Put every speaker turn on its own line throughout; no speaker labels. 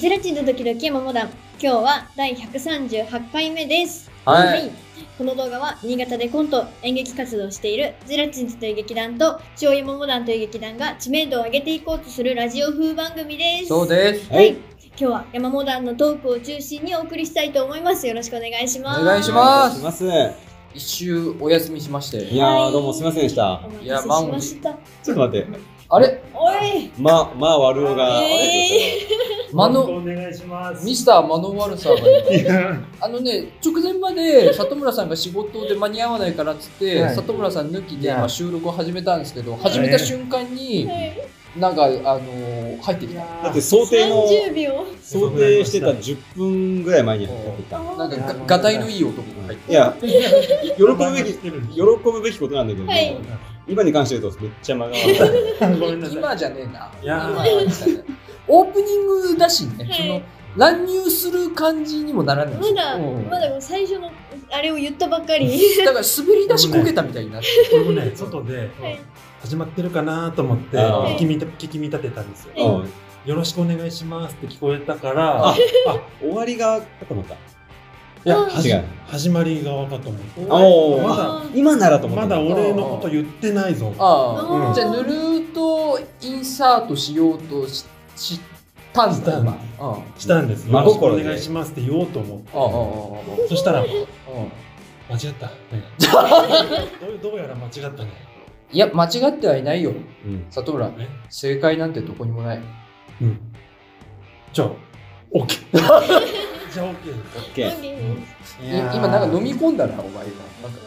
ゼラチンの時々モモダン。今日は第138回目です。
はい
この動画は新潟でコント、演劇活動をしているゼラチンズという劇団と醤油モモダンという劇団が知名度を上げていこうとするラジオ風番組です。
そうです。
はい。今日は山モダンのトークを中心にお送りしたいと思います。よろしくお願いします。
お願いし
お
ま
願い
す
します。い
一周お休みしまして。
やー、どうもすみませんでした。
お
い
待
や
たせしました。
ちょっと待って、
あれ
おい
ま、まあ、悪おが。
え
マノ、
お願いします。
ミスターマノワルサーがいる
いや
あのね、直前まで里村さんが仕事で間に合わないからっつって、
はい
里村さん抜きで
いや
今収録を始めたんですけど、始めた瞬間に、
はい
なんか、あのー入ってきた。
だって想定の、
!30 秒。
想定してた10分ぐらい前に入ってた。
なんかが、がたいのいい男が入って
いや、喜ぶべき、
喜
喜ぶべきことなんだけど、
はい
今に関して言うと、めっちゃ間が悪い。
ごめんなさい。
今じゃねえな。
いやー
今は来たねオープニングだしね、
はい
その乱入する感じにもならないし
まだ、
うん
まだこう最初のあれを言ったばっかり。
だから滑り出しこけたみたいになって
これもね、外で
はい
始まってるかなと思って
あ
ー
聞きみた聞き見立てたんですよ。
え
うん
よろしくお願いしますって聞こえたから、
あ
い
終わりが、かと思った。
や
あ
はじ
違う
始まり側かと思って。
おー
ま
あ
だ
ー
今ならと思
ま
った。
だ俺のこと言ってないぞ。
ああ、
うん
じゃあぬるっとインサートしようとししたん
し
だ
たんだ
今あああ
したんですよ。
真
よろしくお
心で
願いしますって言おうと思って。
あああ
そしたら、間違
あああ
った。 どうどうやら間違ったね。
いや間違ってはいないよ
うん。
里村
え
正解なんてどこにもない
うん。じゃあ、OK。じゃあ、OK です
オ。ッケー。
い
いやー
今なんか飲み込んだなお前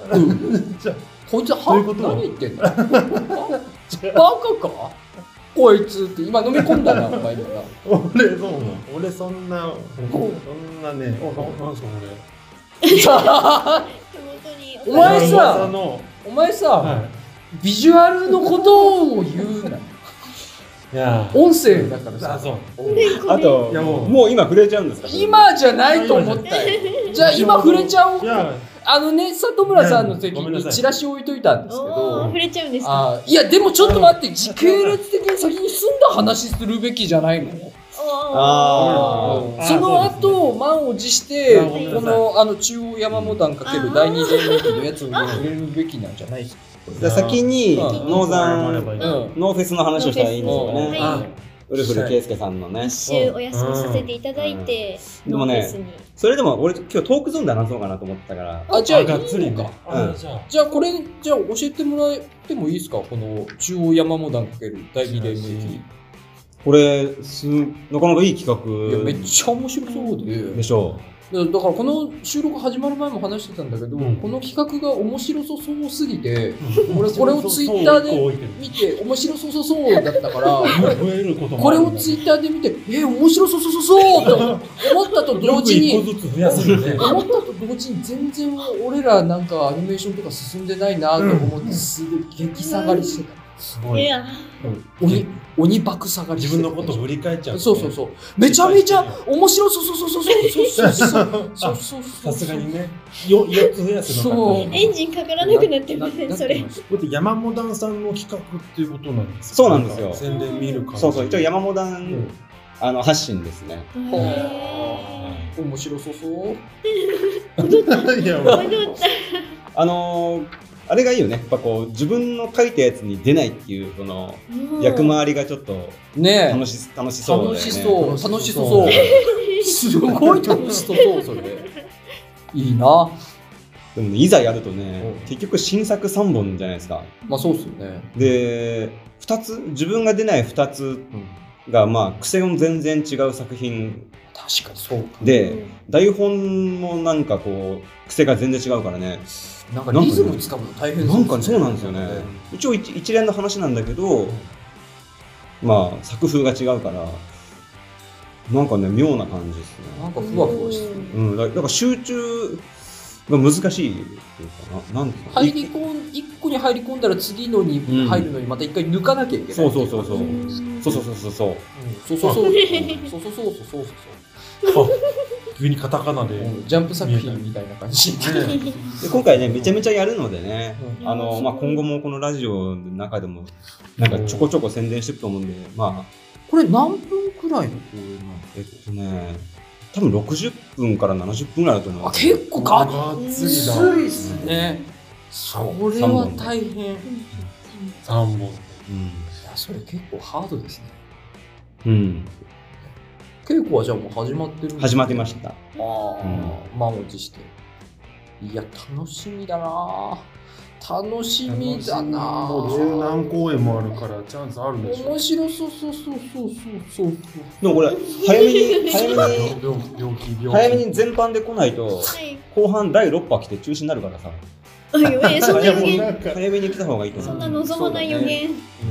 がなんか
じゃあ
こいつ
どうい
は
うこと
何言ってんのバカかこいつって今飲み込んだなお前今 な
俺どうも俺そんなそんなねおなんすか
手元に
お
俺
前さ
噂の
お前さ、
は
ビジュアルのことを言うない
いや
音声だからさ
あそう
あと
いやも、う
もう今触れちゃうんですか
今じゃないと思った よじゃあ今触れちゃおう
いや
あのね里村さんの席
ごめんな
に
さい
チラシ置いといたんですけ
おー
ど
触れちゃうんですか
あいやでもちょっと待って時系列的に先に済んだ話するべきじゃないの
あ
ー
その
あーそう
後満を持して
あ
こ
ごめんなさい
のあの中央山モダンかける第二電力のやつを入れるべきなんじゃないですか
じゃあ先に、
うん
ノーザ
謝れ
ン
ばいい
うん
ノーフェスの話をしたらいいんですよ
ノーフェ
ね。
は
あ
ウルフル圭介さんのね
一。周お休みさせていただいて、
うんでもね
ノーフェスに
それでも俺今日トークゾーンで話そうかなと思ったから。
あじゃあいい
がっつり
のか
ね
うん
あじゃあ
じゃあこれじゃあ教えてもらってもいいですかこの中央山モダンかける第二電
チラ
力
シ
これすなかなかいい企
いや
画
めっちゃ面白そうで
でしょ
だだからこの収録始まる前も話してたんだけど、
うん
この企画が面白そうそうすぎて
うん
俺これをツイッターで
そうそうそう
見て面白そうそうそうだったから
こう増えることも
これをツイッターで見てえー、面白そうそうそうそうと思ったと同時
よく
に
一個ずつ増やすんで
思ったと同時に全然俺らなんかアニメーションとか進んでないなと思ってすごい激下がりしてた、
すご
い
い
や
鬼鬼爆下がり
自
してた
分のことを振り返っちゃう
そうそうそうめちゃめちゃ面白そうそうそうそうそうそうそうそうそうそう
さすがにねよ4つ増やすの
そう
か
エンジンかからなくなってませんそれ
だって山モダンさんの企画っていうことなんですか
そうなんですよ
宣伝見る感
う。
じ
そうそう、一応 山モダ
う
ン
ん
あの発信ですね。
へ
ほう
ー
面白そうそう
いや
戻った
あのーあれがいいよね。やっぱこう自分の書いたやつに出ないっていうその役回りがちょっと
ね
楽し楽しそうだよ
楽
ね。
しそう楽しそうすごい楽しそうそれいいな
でもね、いざやるとね
う、ん
結局新作3本じゃないですか。
まあそうっすよね
で、2つ自分が出ない2つがまあ癖の全然違う作品
確かにそうか
で、台本もなんかこう癖が全然違うからね
なんかリズムつかむの大変
なんかねそうな
で
んですす
よね
よね一応一一連の話なんだけどまあ作風が違うからなんかね妙な感じです
な
ね
んかふわふわしてる
うんだだから集中が難しいっていうかななんていうの
入り込ん一個に入り込んだら次のに入るのにまた一回抜かなきゃいけない
そうそうそうそう
うん
そうそうそう そうそ
そうそ
う
うそうそうそうそうそうそう
急にカタカナで、
そうジャンプ作品みたいな感じ
で今回ねめちゃめちゃやるのでね
う
あのまあ今後もこのラジオの中でもなんかちょこちょこ宣伝していくと思うんでまあ
これ何分くらいの公演なの
えっとね、多分60分から70分ぐらいだと思う。
あ結構
が
がっ
っ
つ
つ
り
り
だ
だ。
ついっすねそ
そう。
れは大変い
3本。
うん。
やそれ結構ハードですね
うん。
稽古はじゃあもう始まってる
始まってま
し
し
た
た。
ああ、満を持していや楽しみだな楽しみだな
もう十何公演もあるからチャンスあるでしょ
面。白そうそうそうそうそうそう
でもこれ、早めに、早めに、
病気病気病気。
早めに全般で来ないと、
はい。
後半第6波来て中止になるからさ、
あ、やべえ、そんな予
いやもう
言。
なんか
早めに来た方がいいと
そん
思
な
う。
望まない予言。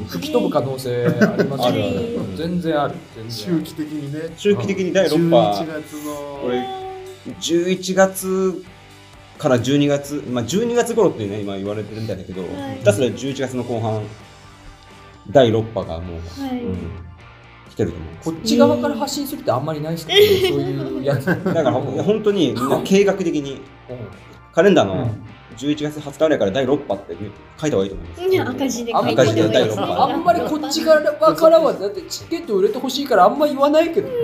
吹き飛ぶ可能性あり ます
あ
よ
るあ
ね
る
全然ある全然あ
周
る
期的にね。
周期的に第6波
11、月
これ
の。
11月から12月、まあ12月頃ってね、今言われてるみたいだけど、
はい
ひたすら11月の後半、第6波がもう、
は
うん
い。
来てると思うんです
こっち側から発信するってあんまりないですけど、そういうやつ。だ
だからほ本当にみんな計画的に、カレンダーの11月20日ぐらいから第6波って書いた方がいいと思います。
うん赤字で書い
赤字
て
で
もいい
第
で
6
すね。
波。
あんまりこっち側からは、だってチケット売れてほしいからあんま言わないけどね、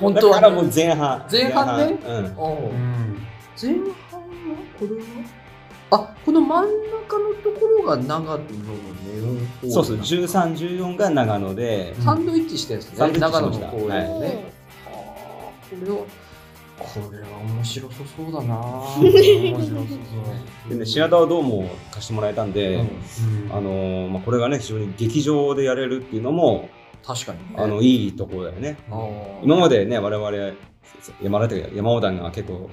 本
だ
当は
か
ね。
らもう前半。
前半ね
前半うん
おう
うん。
前半はこれはあ、この真ん中のところが長野のネオン
そうそう、13、14が長野で、
サンドイッチしてるんです
サン
ね、
ドイッ
長
チ
野
しま
の
した
公園
はい
ね。あーこれは、これは面白そうそうだな
面白そう
でね、白川ドームを貸してもらえたんで、
うん
そう。うん
あのーまあ、これがね、非常に劇場でやれるっていうのも、
確かにね。
あの、いいところだよね。
あー
今までね、我々、山田というか山尾団が結構、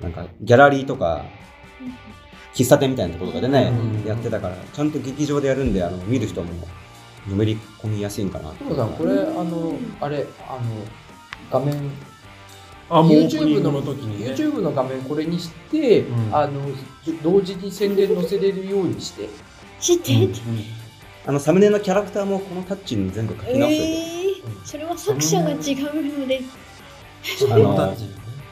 なんか、ギャラリーとか、喫茶店みたいなところとかでね、
うん
やってたから、ちゃんと劇場でやるんで、あの見る人も、のめり込みやすいんかな
ト
と
ムさんこれあのあれあの画面
あもうオープ
YouTube
ニング
の
の時にね。
YouTube の画面これにして、
うん
あの同時に宣伝載せれるようにして
知ってて。
あの、サムネのキャラクターもこのタッチに全部書き直してて、
ええ。それは作者が違う ので。
あの、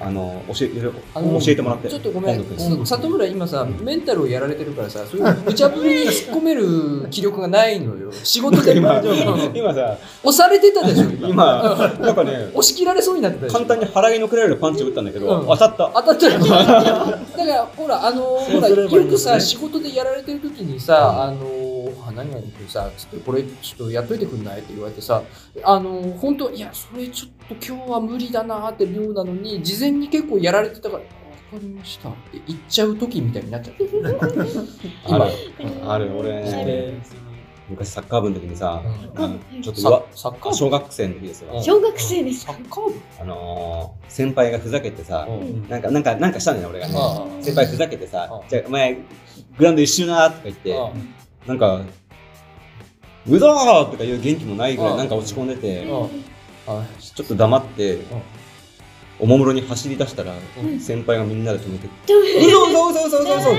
あの教えいろい
あの
ろ教えてもらって、
ちょっとごめん
今度
うん
そう里村今さメンタルをやられてるからさそういう無茶ぶりに突っ込める気力がないのよ仕事で今
今
押
今さ、
されてたでしょ
今、なんかね、
押し切られそうになってたでしょ
簡単に腹毛のくらいのパンチを打ったんだけど、
うん
当たった。
当たっちゃうよだからほらあのー
そ
ほ
う
ら
すればいいんですね
よくさ仕事でやられてる時にさあのーあ何がいいけどさつってこれちょっとやっといてくんないって言われてさあのー本当いやそれちょっと今日は無理だなーって量なのに事前に結構やられてたからわかりましたって言っちゃう時みたいになっちゃってる今
ある、ある、俺ね、昔サッカー部の時にさ、
うん
ちょっとう
サ
わ
サッカー
小
部
学生の時ですよ。
小学生です
サ
か。
ッカー部
あのー、先輩がふざけてさ、
ん
なんか、なんか、なんかしたんだよ、俺がね。
あ
うん
あ
先輩ふざけてさ
う、ん
じゃあ、お前、グラウンド一周なーとか言って、
ああ
なんか、うざーとかいう元気もないぐら
う
い
ん
なんか落ち込んでて、
うんあ
ちょっと黙って、おもむろに走り出したら、
うん
先輩がみんなで止めて、
でも
そうそうそうそうそう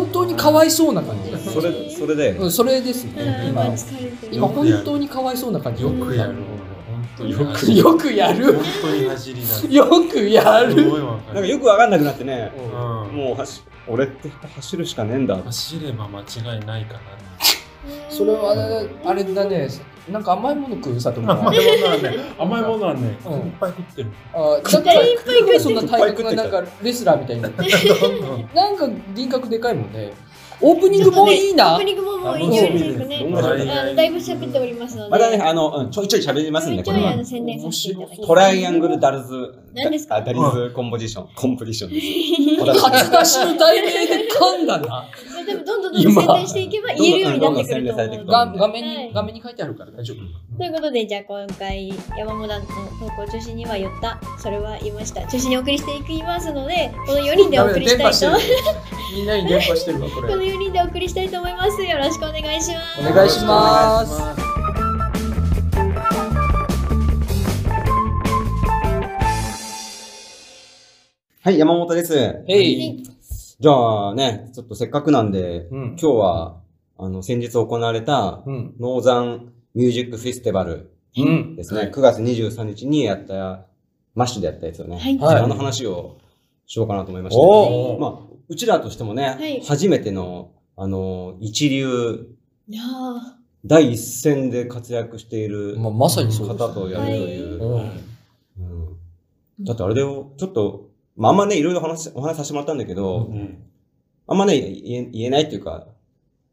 本当にかわいそうな感じ
それ、それで、
うんそれですね
うんま
今
あ疲れてる
今本当にかわいそうな感じ
よくやる俺本当に走り
よくやる
本当に走りだす
よくや
す
る
ごいわか
なんか
る
よくわかんなくなってね、
うん
もう走、俺って走るしかねえんだ。
走れば間違いないかな
それはあれだねなんか甘いもの食うさと思う
甘
あ
いものはね甘いものはね
うん
いっぱい食ってる
だ
絶
から
対いっぱい食ってる
そんな体格がなん かレスラーみたいになってる
どんどん
なんか輪郭でかいもんねオープニングもいい
オー
な
プニングももういいよりですね
どんな状態
あのだいぶ喋っておりますので。
またね、あの、うんちょいちょい喋りますんで、
ち
こ
ょい
れ
ちょいあ
は
の。宣伝させていただきます。
トライアングルダルズ、
何ですか
あダリズコンポジション、 コンポジションです。こだわり
初出しの題名で噛んだな
でもどんどんどんどん宣伝していけば言えるようになってくると思うので。
が画面に画面に書いてあるから大丈夫
ということで、じゃあ今回、山本の投稿中心には言った、それは言いました。中心にお送りしていきますので、この4人でお
ダメ
送
だ
りし
電
たい
波して
と、
る
こ
みんなに電波してるわこれ
の4人でお送りしたいと思います。よろしくお願いします。
お願いします
はい、山本です。
え
はいい
じゃあね、ちょっとせっかくなんで、
うん
今日は、あの、先日行われた、
うん
ノーザンミュージックフェスティバル
うん
ですね。9月23日にやった、マッシュでやったやつよね。
はい
はい
あの話をしようかなと思いまして。
おお
まあ、うちらとしてもね、
はい
初めての、あの、一流
いやー
第一線で活躍している
まあ、まさにそう
方
です、
とやるというう。
ん
うんだってあれだよ、ちょっと、まあ、あんまね、いろいろ話し、お話しさせてもらったんだけど、
うん。
あんまね、言え言えないっていうか、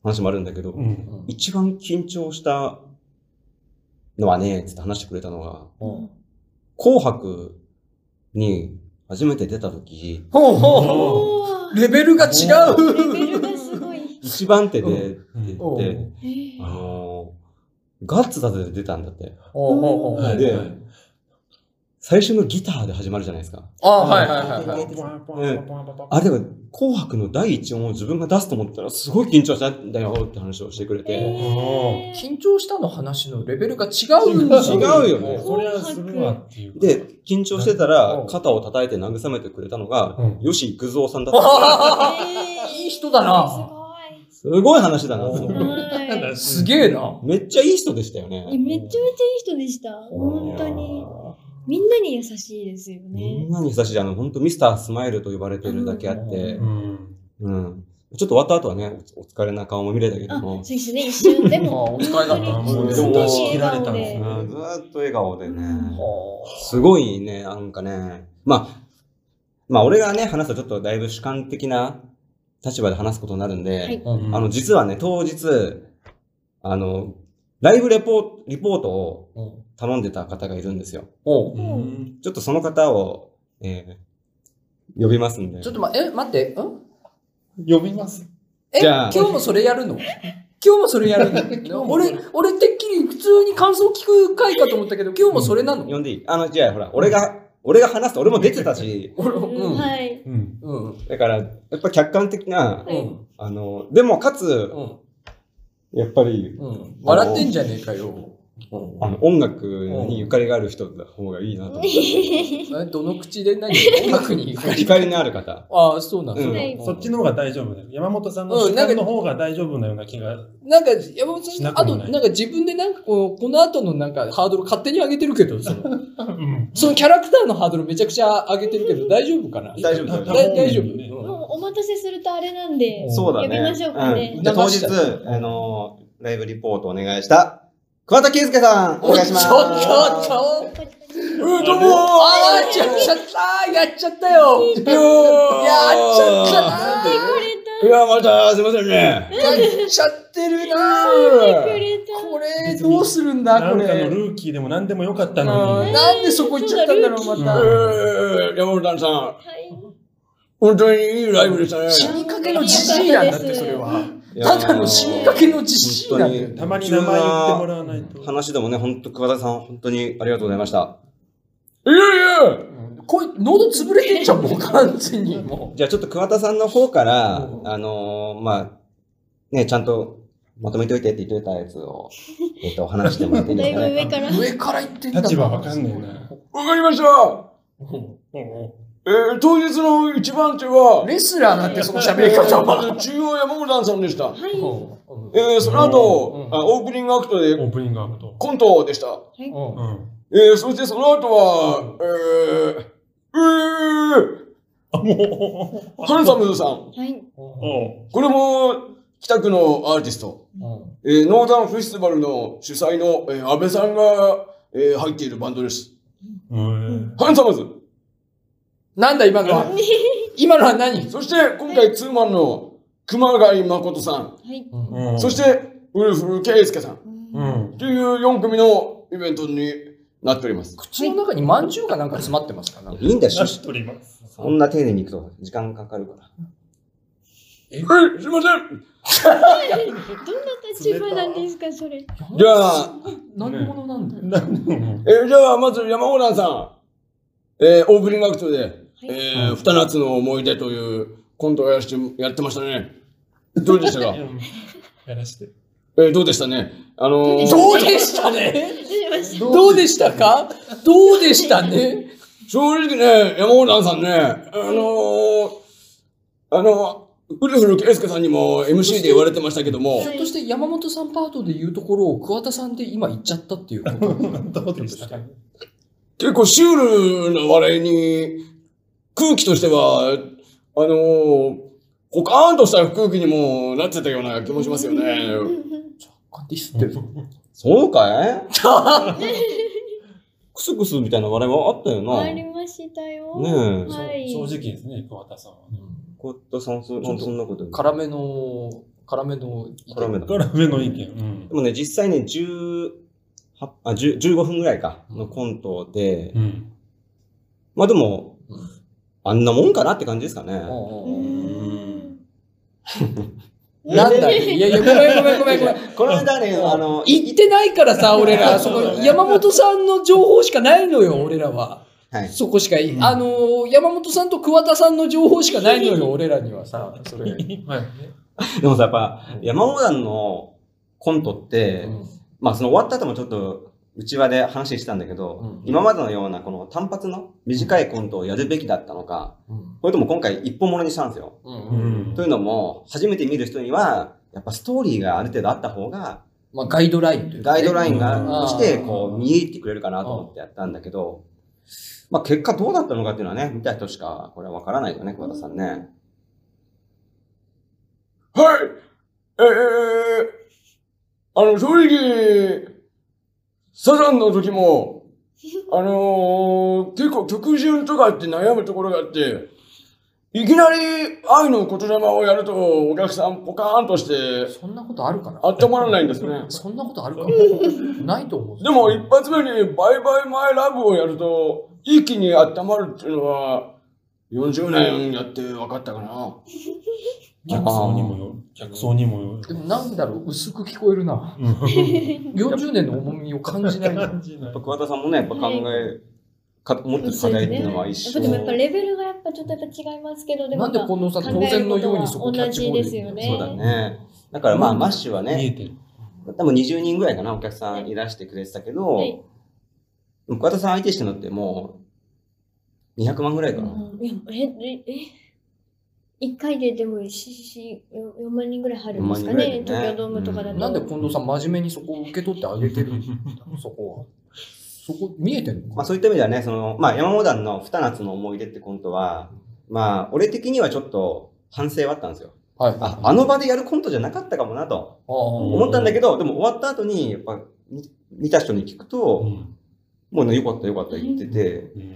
話もあるんだけど、
うん。
うん
一番緊張したのはね、つって話してくれたのが、
うん
紅白に初めて出た時、
ほうほうほ
お
うレベルが違う
ーレベルがすごい。
一番手で、って言
うん
って、
へー
あのーガッツだぜで出たんだって。
ほうほうほう
はい
で
はい
最初のギターで始まるじゃないですか。
あはいはいはいはい。
あれは紅白の第一音を自分が出すと思ったらすごい緊張したんだよって話をしてくれて。
えー
緊張したの話のレベルが違うんだ
違うよね
そりゃするわっていうか。
で、緊張してたら
うん
肩を叩いて慰めてくれたのが
うん、
吉幾三さんだった。
いい人だな。
すごい話だな。
すごい。は
すげえな。
めっちゃいい人でしたよ
い。
ね。
めちゃめちゃいい人でした。本当に。みんなに優しいですよ
み
ね
ん。なに久しい、あの、本当ミスタースマイルと呼ばれてるだけあって
う、ん。
うん。ちょっと終わった後はね、おお疲れな顔も見れたけ
あ、そ
ど
う
も、
ですね。一瞬で
あ
も。
お疲れだったな。
もう
でも
本当に笑
切られた
顔
んです
で
ね。
うんずーっと笑顔でね。
は
すごいね、なんかね、まあ、まあ俺がね、話すとちょっとだいぶ主観的な立場で話すことになるんで、
はい
あうん
あの、実はね、当日、あの、ライブレポート、リポートを
うん
頼んでた方がいるんですよ。
おう
うん
ちょっとその方を、えー呼びますんで。
ちょっとま、え、待って、ん
呼びます。
え、
じゃ
今
あ
日もそれやるの今日もそれやる の俺、俺てっきり普通に感想聞く回かと思ったけど、今日もそれなの
呼んでいいあの、じゃあほら、俺が、俺が話すと俺も出てたし、
俺、 う
うん
ん。
はい。
うん。
うん。
だから、やっぱ客観的な、
う
はい
ん。
あの、でもかつ、
うん。
やっぱり、
うん。笑ってんじゃねえかよ。うん
あの、音楽にゆかりがある人の方がいいなと思って。
え、どの口で何音楽に光
光のある方。
ああ、そうなんだ
うん
はい
うん
そっちの方が大丈夫だよ。山本さんの主観の方が大丈夫なような気が。
なんか、山本
し
さ、
なんく
あ
も
と、
ない
なんか自分でなんかこう、この後のなんかハードル勝手に上げてるけど、その、
うん。
そのキャラクターのハードルめちゃくちゃ上げてるけど、大丈夫かな
大丈夫
だ
だ
大丈夫、
もうお待たせするとあれなんで。
そうだね。
呼びましょうかね
んじゃあ当日、あのーライブリポートお願いした、桑田佳祐さん、お願いします。
ちょっと、ちょっとうん、どうもーあー、やっちゃったーやっちゃったよやっちゃったなー
いや、また、すいませんね。
やっちゃって
来
るな
てく
ー
れた。
これ、どうするんだ
な
こ
んかの
れ。
ルーキーでも何でもよかったのに。
なんでそこ行っちゃったんだろう、また。
えー、山本さん、
はい。
本当にいいライブでしたね
死にかけのじじいなんだって、それは。ただの死にかけのじじいなんだよ。
たまに名前言ってもらわないと。
話でもね、本当桑田さん、本当にありがとうございました。
いやいやこれ、喉潰れてんじゃん、もう完全に。も
じゃあちょっと桑田さんの方から、
うん
あのーまあ、ね、ちゃんとまとめておいてって言ってたやつを、えっと、お話してもらっていい
だ
で
い
すか
ぶ上から
ね。
う。。上から言ってんだ
立場わかんないな。
わかりました。えー、当日の一番手は、
レスラーなんて、その喋り方は。
中央山本さんでした。
はい。
うん
えー、その後、
うん
あオープニングアクト
オ
で
ープニングアクト。
コントでした。
うん
うん。
えー、そしてその後は、えー、え
あ、もう。
ー、ハンサムズさん。
はい。
お
これも、北区のアーティスト。
う
えー、ノーダンフェスティバルの主催の、えー、安倍さんが、えー、入っているバンドです。
うん。
ハンサムズ。
んなんだ今のは今のは何
そして、今回ツーマンの熊谷誠さん。
はい。
うん。
そし、て、ウルフ圭介さん。
うん。
という4組のイベントになっております。
口の中にまんじゅうがなんか詰まってますかなんか
いいんだよ、
出しとります。
そんな丁寧に行くと時間かかるから。
え、すいません
どんな立場なんですか、そ れ。
じゃあ、
何者なんだよ。
うん。
え、じゃあ、まず山本蘭さん。えーオープニングアクトで、えー、二夏の思い出というコントをやらして、やってましたね。どうで したか
やらして。
えーどうでしたねあのー、
どうでしたね
失礼しました
どうでしたかどうでしたね
正直ね、山本蘭さんね、あのー、あのウルフル圭介さんにも MC で言われてましたけども
ひょ、っとして山本さんパートで言うところを桑田さんで今言っちゃったっていうこと
どうでしたか
結構シュールな笑いに、空気としては、あのー、ポカーンとした空気にもなってたような気もしますよね。
感じしてる。
そうかいクスクスみたいな笑いはあったよな。
あり
ね
ましたよ。
え。
そう
はい
正直ですね、桑田さんはね。
こうやったさん、そ
ちょっと
そんなこと
辛めの、辛めの意見、
絡めだ。
から上の意見。うん
で。もね、実際ね、18あ10 15分ぐらいか、のコントで、
うん。
まあでも
うん、
あんなもんかなって感じですかね。
う
うんうん
ーん。
なんだいやいや、ごめんごめんごめんごめん。
この間ね、あの、い
行ってないからさ、 俺ら、そ
そうだ
こ、
ね
山本さんの情報しかないのよ、俺らは。
はい
そこしかい、
うん
あのー山本さんと桑田さんの情報しかないのよ、俺らにはさ、それ。
はい。
でもさ、やっぱ、山本さんのコントって、まあその終わった後もちょっと、内輪で話してたんだけど、
うん
今までのようなこの単発の短いコントをやるべきだったのか、それとも今回一本物にしたんですよ。
うん
というのも、初めて見る人には、やっぱストーリーがある程度あった方が、
まあ、ガイドラインというか
ガ
ね
イドライン
う
が
ん
して、
うん
こう、見入ってくれるかなと思ってやったんだけど、まあ結果どうだったのかっていうのはね、見た人しか、これはわからないよね、桑田さんね。
はいえー、あの、正直、サザンの時も、あのー、結構曲順とかって悩むところがあって、いきなり愛の言霊をやるとお客さんポカーンとして
そんなことあるかな
温まらないんですね。
そんなことあるかなないと思う。
でも一発目にバイバイマイラブをやると一気に温まるっていうのは40年やって分かったかな。
客層にもよる。客層にもよる
で。もなんだろう、薄く聞こえるな。
うん
40年の重みを感じないな。
じな
やっぱ桑田さんもね、やっぱ考え、か持ってる課題っていうのは一
や
緒。
っぱでもやっぱレベルがやっぱちょっとやっぱ違いますけど、でも
なんでこのさ、
考えるこ
当
とは
然のようにそこキャッチボール
同じですよね
そうだね。だからまあ、マッシュは
見え
ね、
てる。
多分20人ぐらいかな、お客さんいらしてくれてたけど、
はい
桑田さん相手してるのってもう、200万ぐらいかな。
うんいやえ、え、え、一回ででもししよ4万人ぐらい入るんですかね、
4万人ぐらいだね
東京ドームとかだと。
なんで近藤さん、真面目にそこを受け取ってあげて るんだろうそこは。そこ、見えてんの
まあ
か
そういった意味ではね、その、まあ山モダンの二夏の思い出ってコントは、まあ俺的にはちょっと反省はあったんですよ。
はい。
あ、あの場でやるコントじゃなかったかもなと
あ
思ったんだけど、でも終わった後に、やっぱ見見た人に聞く
う
と、
ん
もうね、よかったよかった言ってて、
うん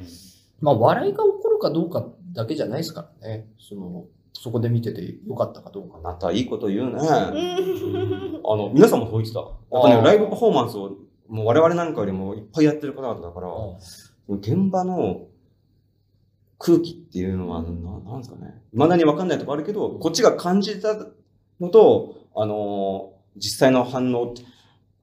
まあ、笑いが起こるかどうかだけじゃないですからね。その、そこで見ててよかったかどうか
あ。なたいいこと言う
う
ね。あ
ん
の、皆さんもそう言ってた。やっぱ
あ
ね、
ー
ライブパフォーマンスを、もう我々なんかよりもいっぱいやってる方々だから、
う
現場の空気っていうのは、ななんですかね。未だにわかんないとこあるけど、こっちが感じたのと、あのー実際の反応って、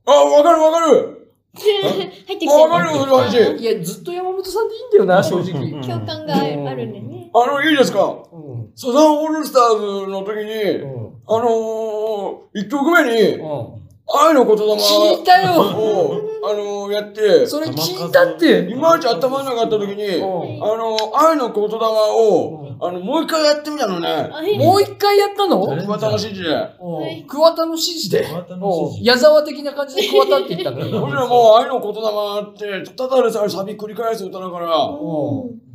あ、わかるわかる
入ってきちゃ
あ
い
わか
ま
る
す。
よ、マ
ん
ジ。
いや、ずっと山本さんでいいんだよな、正直。
共感があるんでね。
あの、いいですか
うん。うん。
サザンオールスターズの時に、あのー、一曲目に、愛の言霊
聞いたよ
を、あのー、やって、
それ聞いたって
いまいち温まらなかった時に、
うん
あのー、愛の言霊を、
も
あの、もう一回やってみたのね。
あえ
う一回やったの
僕は楽しいし。
はい
桑田の指示で。
桑田の指
うん
示
矢沢的な感じで桑田って言ったんだよ。
俺らもう愛の言霊って、ただでさえサビ繰り返す歌だから、あ
うん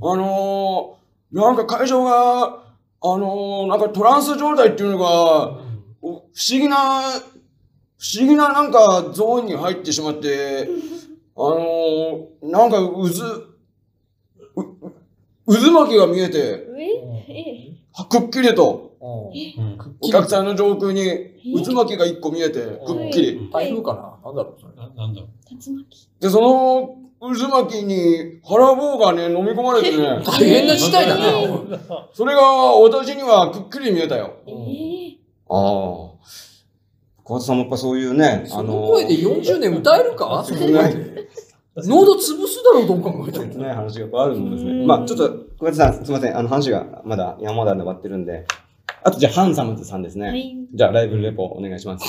のー、なんか会場が、あのー、なんかトランス状態っていうのが、不思議な、不思議ななんかゾーンに入ってしまって、あのー、なんか渦、う渦巻きが見えて、
ええ
はくっきりと、
うん
うん
お客さんの上空に渦巻きが一個見えて、くっきり。
台風かななんだろう、それ。
ななんだろ
竜巻。
で、その渦巻きに腹棒がね、飲み込まれてね、
大変な事態だ
え
な。
う。
それが私にはくっきり見えたよ。
ええ
ああ。桑田さんもやっぱそういうね、あ
その
の
声で40年歌えるかそこまで。喉潰すだろう、どう考えても。
ない話がやっぱあるもんです
う
ね。
ん
まあちょっと、桑田さん、すいません。あの話がまだ山モダンで終わってるんで。あとじゃあ、ハンサムズさんですね。
はい。
じゃあ、ライブレポお願いします。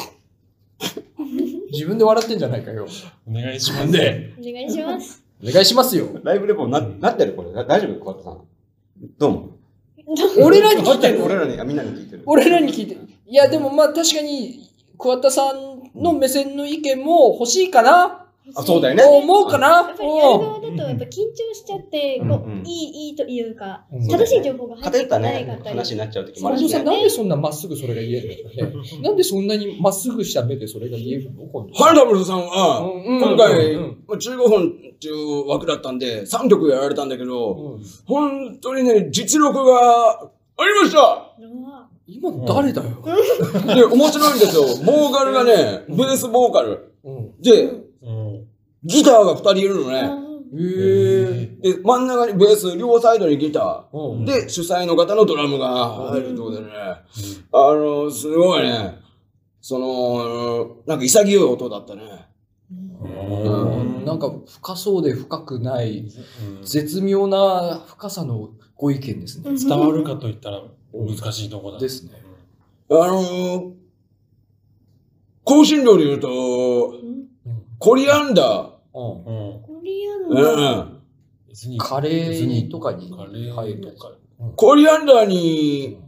自分で笑ってんじゃないかよ。
お願いしま
なん
す。
で
お願いします。
お願いしますよ。
ライブレポな、なってるこれ。だ大丈夫桑田さん。どうも。
俺らに聞いてる
俺らに、あみんなに聞いてる。
俺らに聞いてる。いや、でもまあ確かに、桑田さんの目線の意見も欲しいかな。
あそうだよね
思うかな
やっぱりやる
うん
側だとやっぱ緊張しちゃって、
うん
こう
うん
いいいいというか、
うん
正しい情報が入っ
偏
て
っ
こ
た
ないかっ
ね、
たり、
話になっちゃう時もあ
松
るし
本さん、
ね。
なんでそんなまっすぐそれが言えるんです かね。なんでそんなにまっすぐした目でそれが言えるの今度
はい、ダブルさんは、
うん
今回、
うん
まあ15分っていう枠だったんで、3曲やられたんだけど、
うん
本当にね、実力がありました
うわ
今の誰だよ。
で、面白い んですよ。ボーカルがね、ベースボーカル。
うん
で、
うん。
ギターが2人いるのね。
へえ。
で、真ん中にベース、両サイドにギタ
う
ー。
ん
で、主催の方のドラムが入るってことでね。あの、すごいね。その、なんか潔い音だったね。
うんなんか深そうで深くない、絶妙な深さのご意見ですね。
うん
伝わるかといったら難しいとこだ。
ですね。
あの、香辛料で言うと、コリアンダ
うん
うん。
コリアン
ー。
ダー
うん。
別に
カレーにとかに
カレ
入
ー
る
と
とか
か。。
コリアンダーに、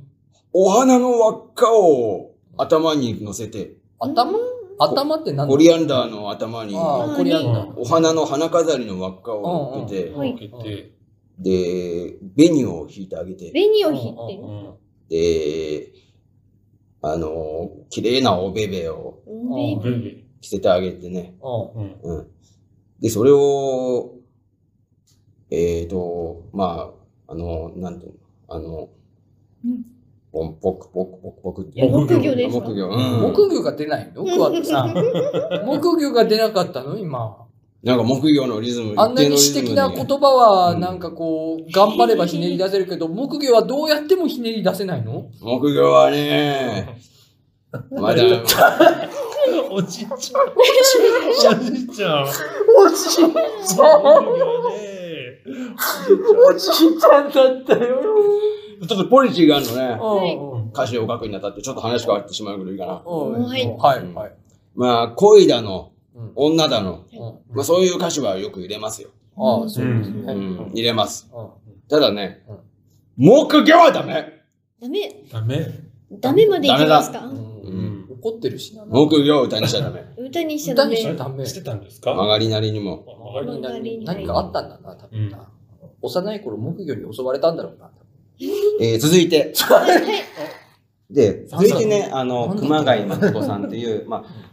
お花の輪っかを頭に乗せて、
頭頭って何
コリアンダーの頭に、
ああ、コリアンダー。
お花の花飾りの輪っかを乗っけて、
はい
受けて、
で、紅を引いてあげて、
紅を引って
う
る。
ん。
で、あの、綺麗なおべべを
うん
うん
ベイビ
ベイビ
着せてあげてね。
うん
ー。うん。
うん。で、それを、えーと、まあ、あの、なんていうの、あの
うん、
ポンポクポクポクポクって。
ー木魚ですか
木魚。うん
木魚が出ないの桑田さん。木魚が出なかったの今。
なんか木魚のリズム、
あんなに詩的な
一定のリズム
言
に
葉はなんかこう、頑張ればひねり出せるけ ど、木魚はどうやってもひねり出せないの
木魚はね、ま
お
だ、
じいちゃん。おじいちゃん。
おじいちゃん
ね
おじいちゃんだったよ。
ちょっとポリシーがあるのね。
はい
うん
歌詞を書くにあたってちょっと話変わってしまうぐらいいかな。
うん
はい
はい。はい。
まあ、恋だの、
うん
女だの、
うん
まあそういう歌詞はよく入れますよ。
ああ、そうですね。
う
うん
ん、入れます。
うん
ただね
うん、
木魚はダメ
ダメ、
ダメ。
ダメまでいきますか
うん
ん。
怒ってるしな。
木魚を歌にしちゃダメ。
歌にしちゃダ
歌
メ
にし。ちゃダメ。
してたんで す
曲
か
がりなりにも。
曲がり
何何かあったんだな、多分
う
な。幼い頃、木魚に襲われたんだろうな。
えー続いて。
はいはい
で、
そう
続
そう
いてね、あ
な
の、
んだ
熊谷誠さんっていう、まあ、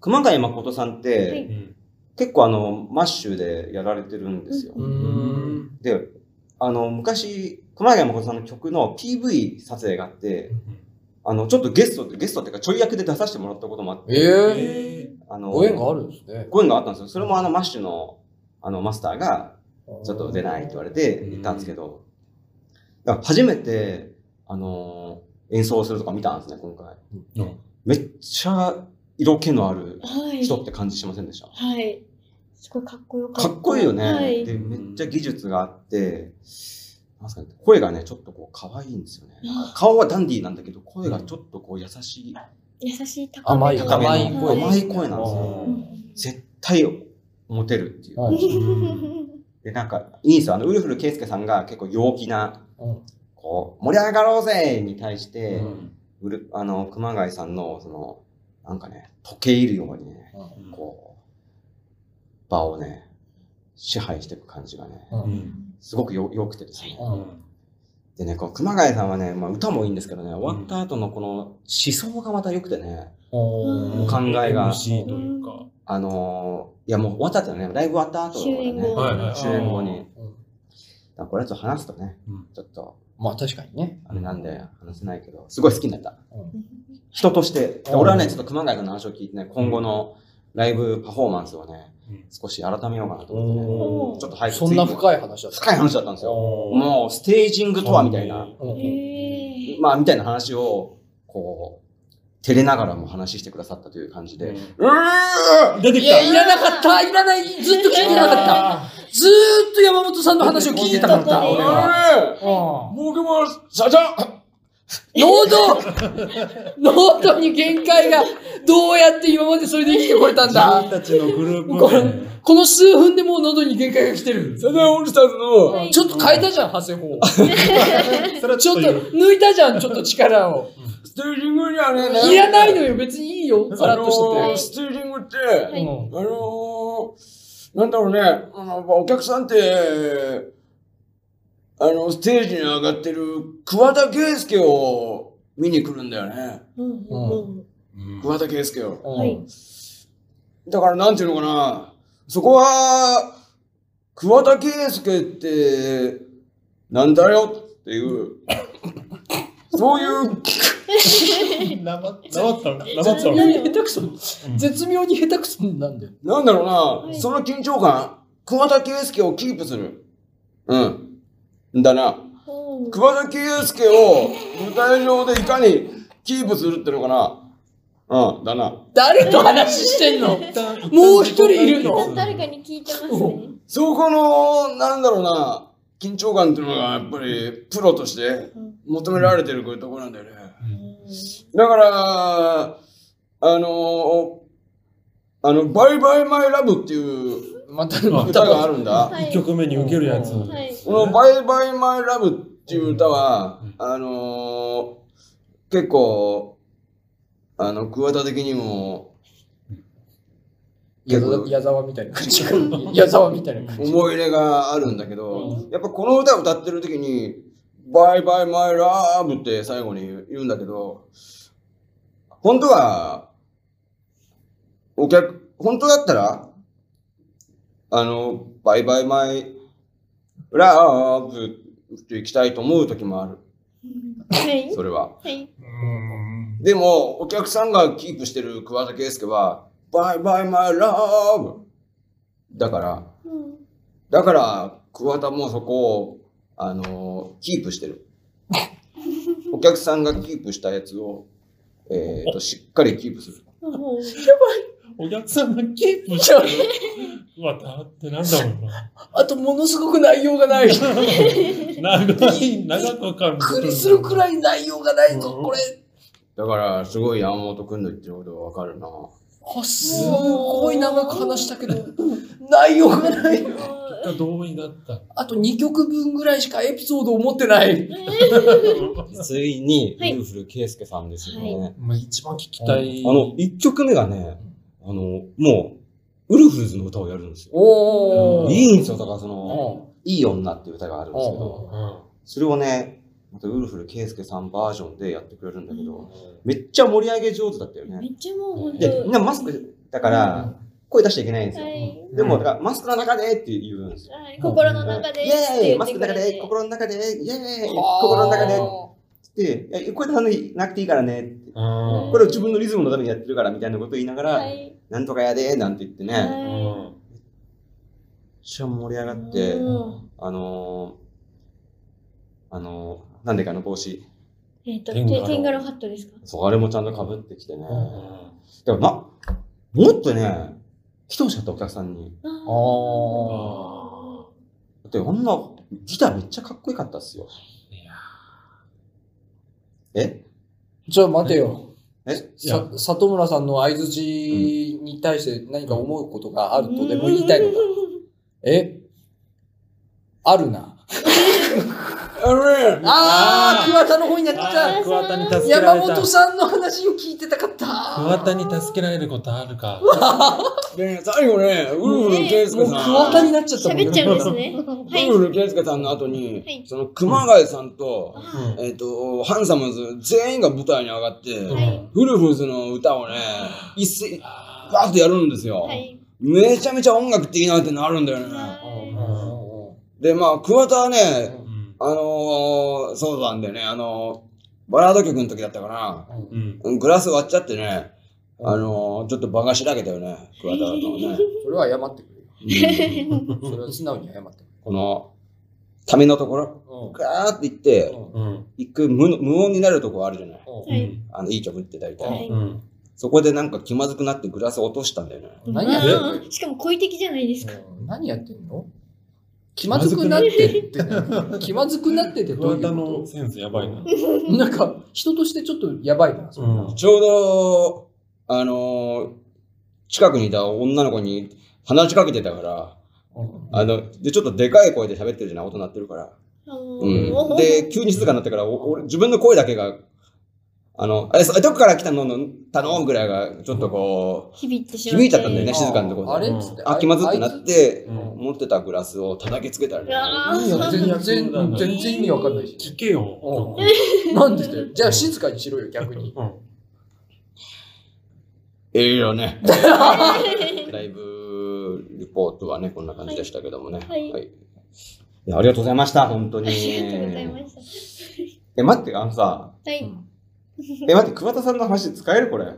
熊谷誠さんっ
はい
て、
うん。
結構あの、マッシュでやられてるんですよ。
うーん。
で、あの、昔、熊谷誠さんの曲の PV 撮影があって、あの、ちょっとゲスト、ゲストっていうか、ちょい役で出させてもらったこともあって、
ええ。
え
あの、
ご縁があるんですね。
ご縁があったんですよ。それもあの、マッシュの、あの、マスターが、ち
ち
ょっと出ないって言われて
うん
行ったんですけど、だから初めて、あのー演奏するとか見たんですね、今回。
うん
めっちゃ色気のある
はい。
人って感じしませんでした。
はい。すごいかっこよかった。
かっこいいよね。
はい
で、めっちゃ技術があって、なんすかね、声がね、ちょっとこう可愛いんですよね。
あ
顔はダンディーなんだけど、声がちょっとこう優しい、
優しい高
甘
め
い
の
高
甘
め
い声、
は
甘い声なんですよ。
う
ー
ん
絶対モテるっていう。
はい
で、なんか、いいんですよ。あの、ウルフル圭介さんが結構陽気な、
うん
こう、盛り上がろうぜに対して、
うん
うるあの熊谷さんのそのなんかね溶け入るようにね
うん
こう場をね支配していく感じがね
う
うんん
すごくよ良くてですね
う
うん
ん
でねこう熊谷さんはね、まあ、歌もいいんですけどね終わった後のこの思想がまた良くてね
おー
考えが
MC というか。
あのーいやもう終わった後ねライブ終わった後だから
終演後
ね
はいはい
終演後に
うん
だからこれちょっと話すとね
うん
ちょっと
まあ確かにね。
あれなんで話せないけどすごい好きになった
うん
人として
うん
俺はねちょっと熊谷さんの話を聞いてね今後のライブパフォーマンスをね
うん
少し改めようかなと思ってね
おー
ちょっと早く
そんな
次
深い話だった。
深い話だったんですよ。もうステージングとはみたいな、
うん
へえ。
まあみたいな話を、こう、照れながらも話してくださったという感じで、
うー
出て
い
きた
や、いらなかったいらないずっと聞いてなかった
あ
ずーっと山本さんの話を聞いてたかった、
ここ
俺
で
は。
あ
うん
れ僕も、社長
濃 度濃度に限界が、どうやって今までそれで生きてこれたん
自分
だ
たちのグル
これ
ープ
この数分でもう喉に限界が来てる。
社長オールスターズの、
ちょっと変えたじゃん、発声法。
で。それは
ちょっと抜いたじゃん、ちょっと力を。
ステージングにはね、
いらないのよ、別にいいよ、さ
あ
らっ
の
として
ー、
て。
ステージングって、
い
あのー、の、なんだろうね、あのお客さんって、あの、ステージに上がってる桑田佳祐を見に来るんだよね。
うんうん
桑田佳祐を。
うん
はい
だからなんていうのかな、そこは、桑田佳祐って、なんだよっていう、そういう、
なまったのなまった
絶
の
妙に下手くそ、
ん
絶妙に下手くそなんだよ。
なんだろうな、
い
その緊張感、桑田佳祐をキープする。うん。だな。
うんうん。
桑田佳祐を舞台上でいかにキープするってのかな。うん、だな。
誰と話してんのもう一人いるの
誰かに聞いてますね。
そこの、なんだろうな、緊張感っていうのがやっぱりプロとして
うん
求められてるところなんだよね。
うん
だから、あの、あの、バイバイマイラブっていう
またの
歌があるんだ。
はい
一曲目に受けるやつ。
うん
はい
このバイバイマイラブっていう歌は
うん、
あのー結構、あの、桑田的にも、
矢沢矢沢みたいな感じ。矢沢みたいな感じ。
思い入れがあるんだけど、やっぱこの歌を歌ってる時に、バイバイマイラブって最後に言うんだけど、本当は、お客、本当だったら、あの、バイバイマイラブって行きたいと思う時もある、
はい。
それは。
はい。
うん
でも、お客さんがキープしてる桑田佳祐は、バイバイマイラブだから、
うん
だから、桑田もそこを、あのーキープしてる。お客さんがキープしたやつを、えー、と、しっかりキープする。
うん
お客さんがキープしてる。うわ、だってなんだろうな。
あと、ものすごく内容がない。び
長い、長く感
っくりするくら
い。
い内容がないの、
うん
これ。
だから、すごい山本くんの言ってることがわかるな。
あすごい長く話したけど、内容がない。
同意だった。
あと2曲分ぐらいしかエピソードを持ってない。
ついに、
はい
ルーフル圭介さんですよね。
は
まあ、一番聞きたい。
あの、一曲目がね、あの、もう、ウルフルズの歌をやるんですよ。
お
うん
ー。
いいんですよ、だからそ
う
の、
ん
いい女っていう歌があるんですけど、それをね、またウルフル圭介さんバージョンでやってくれるんだけど、めっちゃ盛り上げ上手だったよ
め
ね。
っちゃもう本
で、みん
当。
なマスクだから、声出しちゃいけないんですよ
は。い。
でも、だからマスクの中でって言うんですよ。
はい心の中で。
イエーイマスクの
だ
中
け
で、心の中で、イエーイ心の中でって、いや声出さないなくていいからねって。
うん
これを自分のリズムのためにやってるからみたいなことを言いながら、
はい。
なんとかやでーなんて言ってね、めっ
は
ちゃ盛り上がっ
い
て、
うん
あのー、あのー、なんでかの帽子、
えっと、
テンガロー
テンガローハットですか
そう、あれもちゃんと被ってきてね。
うん
でもな、もっとね、来てほしかったお客さんに。
あ
あ
ー
あ
だって、女、ギターめっちゃかっこよかったっすよ。え
ー。ちょ、待てよ。
え
いや
さ、里村さんの相づちに対して何か思うことがあるとでも言いたいのか。えあるな。
あれね
あー、
あー
桑田の方になっちゃ
あ
っ
ー。桑田に助
た。
けら
山
れた
本。さんの話を聞いてたかった。
桑田に助けられることあるか。
でね、最後ね、ウルフ
も
ル圭介
う
さん、
桑田になっちゃったもん
喋っちゃうんですね。
ウル
は
フル圭介さんの後に、
はい
その熊谷さんと、
い。
えっ、と、ハンサムズ全員が舞台に上がって、
はい
ウルフルズの歌をね、一斉、バーッとやるんですよ。
はい。
めちゃめちゃ音楽的なってなるんだよね。
は
で、まあ、桑田はね、
うん
あのー、そうなんだよね、あのー、バラード曲の時だったかな。
うん
うんグラス割っちゃってね、あのー、ちょっと場がしらけたよね、桑田の ね。
それは謝ってくれよ。
うん
それは素直に謝ってく
この、ためのところ、
れ。
ガーっていって、
うん
一回無無音になるとこあるじゃない。
い。はい。
あの、いい曲って大
は
体。
い
うん
そこでなんか気まずくなってグラス落としたんだよね。
何やってんの
うんしかも好意的じゃないですか。
うん何やってんの気まずくなってってね気まずくなってってどう
桑
い
田
う
の
こ
センスやばいな。
となんか人としてちょっとやばいな。それ
うん
ちょうど、あのー近くにいた女の子に話しかけてたから、あの、で、ちょっとでかい声で喋ってるじゃない、音鳴ってるから。
うん
うん。で、急に静かになったから、お俺、自分の声だけが、
あの、あれ、そどこから来たのの頼むぐらいが、ちょっとこ
響いてしまって。
響いちゃったんだよね静かなとこで
あれっつって。
う、あきまずってなって、
う
うん
持ってたグラスを叩きつけた
う。
り
わ
いや、
ー
全然、全然意味わかんないし。
聞けよ。
なんでだよ。じゃあ静かにしろよ、逆に。
うん
いいよね。ライブリポートはね、こんな感じでしたけどもね。
はい
いやありがとうございました、本当に。
ありがとうございまし
え、待って、あのさ、
た。はい。
え、待って、桑田さんの話使えるこれ。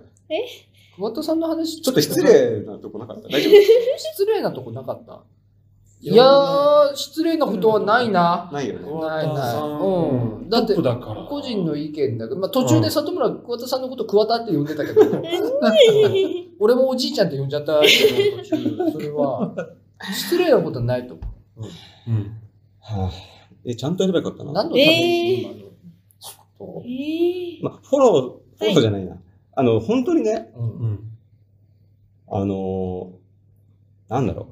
桑田さんの話、
ちょっと失。礼なとこなかった。大丈夫
失礼なとこなかったいやー、失礼なことはないな。
ないよね。
ない
桑田
ない
さ。ん
うん。だっ
ト
て
ップ、だから。
個人の意見だけど、まあ、途中で里村桑田さんのこと桑田って呼んでたけど、俺もおじいちゃんって呼んじゃったけど、途中、それは、 失礼なことはないと思
うん。
はあえ、ちゃんとやればよかった
う。
な。
何のため
え
に今のこ
えー、
まあ、フォロー、フォローじゃないな。あの、本当にね、
とを、うん
うん。
あのーなんだろう。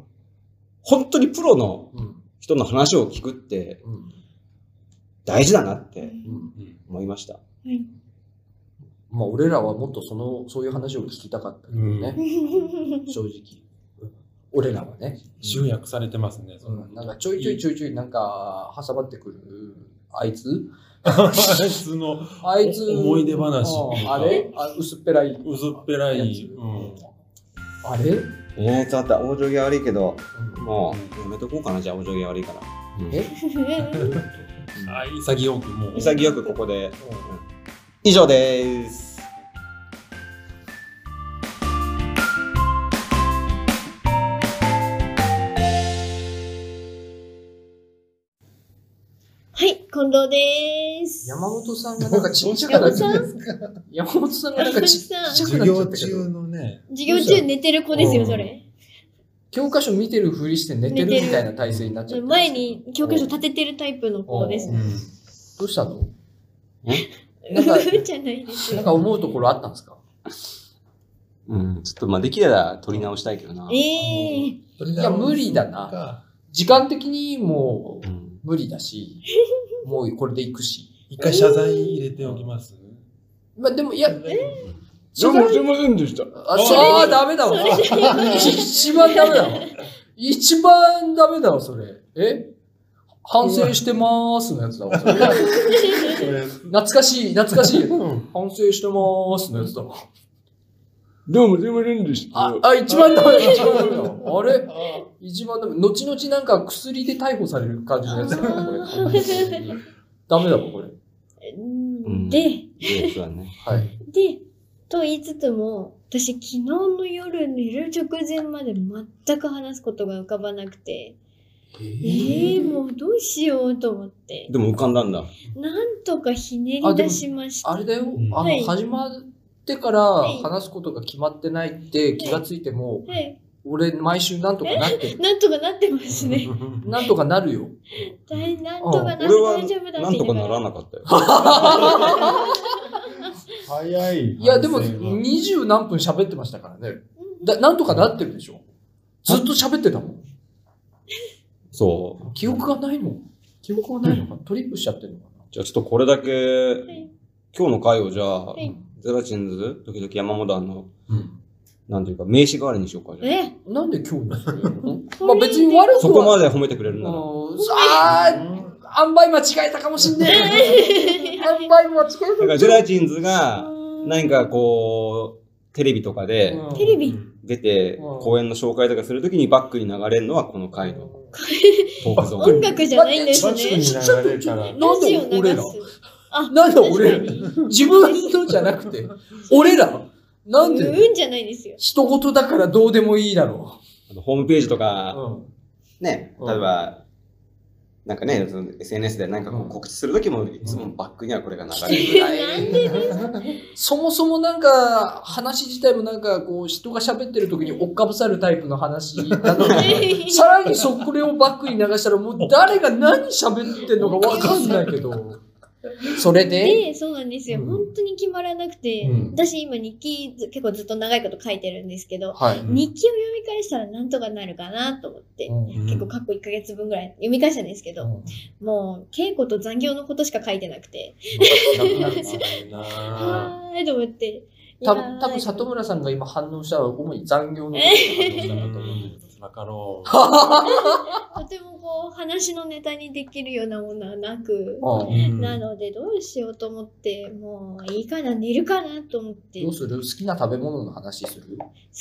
本当にプロの
うん
人の話を聞くって
うん
大事だなっ
う
て
うんん
うん。
思いました。
はい
まあ、俺らはもっとその、そういう話を聞きたかったけどね、正直。俺らはね。
集約されてますね。そ
うん、なんかちょいちょいちょいちょいなんか挟まってくるあいつ
普通の
あいつ
思い出話
うんあれあ薄っぺらいう
ずっぺら
や
い
つ。、
うん。
あれ、
えー、ちょっと往生際悪いけど、
う
もうやめとこうかな、じゃあ往生際悪いから。
え
あ潔くもう。
潔くここで。以上です。
はい、近藤です。
山本さんがなんかちっちゃくなっちゃった山本さんがなんかちっちゃく
授
なっちゃ
業
ったけ
中
ど
のね、
授業中寝てる子ですよ、それ。
教科書見てるふりして寝てるみたいな体勢になっちゃって
前に教科書立ててるタイプの子です
う。ん。
どうしたの
う
なんか
ー じゃないです
な
よ。
んか思うところあったんですか
うん、ちょっとまあできれば取り直したいけどな。
ええ
いや無理だな時間的にも
う
うん無理だ しもうこれでいくし
一回謝罪入れておきます。
まあでもいや違
どうも
う
すいませんでした。
あ、そう、あー、ダメだわ。 一番ダメだわ。一番ダメだわ、それ。え反省してまーすのやつだわ。それ懐かしい、懐かしい。反省してまーすのやつだわ。
どうもすいませんでした。
あ、あ一番ダメだ、一番ダメだわ。あれ一番ダメ。後々なんか薬で逮捕される感じのやつだわ、これ。ダメだわ、これ。
ー。で、
でそうだね。
はい。
で、と言いつつも、私昨日の夜寝る直前まで全く話すことが浮かばなくて、ええもうどうしようと思って、
でも浮かんだんだ。
なんとかひね
あ
り
でも
出しました。
あれだよ、あ
は
の、
い
始まってから
い
話すことが決まってないって気がついても、
はい、
俺、毎週なんとかなってる。
なんとかなってますね。
なんとかなるよ。
大なんとかなって
俺は
大丈夫だ
な
って
んと
言
か
いなが
なら
ら。
なかったよ。
早い。
いや、でも、
反省が
二十何分喋ってましたからね。だなんとかなってるでしょ。ずっと喋ってたもん。
そう。
記憶がないの記憶がないのかなトリップしちゃってるのかな
じゃあちょっとこれだけ、
い
今日の回をじゃあ、
い
ゼラチンズ、時々山本の、
うん
なんていうか、名刺代わりにしようか。じゃあ
え、
なんで今日にするの
これ
まあ別に悪くは
そこまで褒めてくれるなら。
あーあんばい間違えたかもしんねえ。あんばい間違
だから
え
ゼラチンズが、
何
何かこう、テレビとか
た
で
かも。
テレビ
出て、
うん
公演の紹介とかするときにバックに流れるのはこの回のトークゾー
音
ン。
楽じゃないんです
バック
ね。
に流れるから。
なんで俺
ラジ
ら
オ流す。
なんで俺ら自分のじゃなくて、俺らなん
う
で
ーんじゃないですよ。
一言だからどうでもいいだろ
あとホームページと
う。
か、
うん
ね、
うん
例えば、なんかね、その SNS でなんかこ
う
うん告知するときも、いつもバックにはこれが流
聞
れる。
きづらいそもそもなんか話自体もなんかこう人が喋ってる時に追っかぶさるタイプの話なのにさらにそこれをバックに流したらもう誰が何喋ってんのかわかんないけどそれで、
で、そうなんですよ。
うん
本当に決まらなくて、
うん
私今日記ず結構ずっと長いこと書いてるんですけど、
はい。
日記を読み返したらなんとかなるかなと思って、
うん
結構過去1ヶ月分ぐらい読み返したんですけど、もう稽古と残業のことしか書いてなくて、
なくなる
あ
はーいと思って。
多
いや
分、
ー
多分里村さんが今反応したら、主に残業のこと
ー
だ
な
なと
るほ
思う。
どなかろう。
とてもこう話のネタにできるようなものはなく、
うん
うん
なのでどうしようと思ってもういいかな寝るかなと思って
ど
好
うする好きな食べ物の話する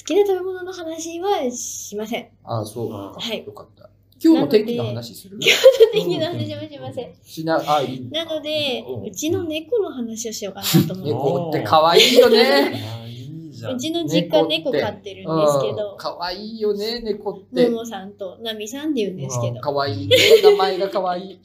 きな食べ物の話はしません。
ああ、そう。
はい
よかった。今日の天気の話す る
天気の話はしません。
しな、ああ、いい。
なので
うん、
うちの猫の話をしようかなと思って。
猫って可愛いよね。
あーいいじゃ。
うんちの実家猫飼ってるんですけど、
かわいいよね、猫って。
ももさんとナミさんって言うんですけど、
かわいいね。名前がかわいい。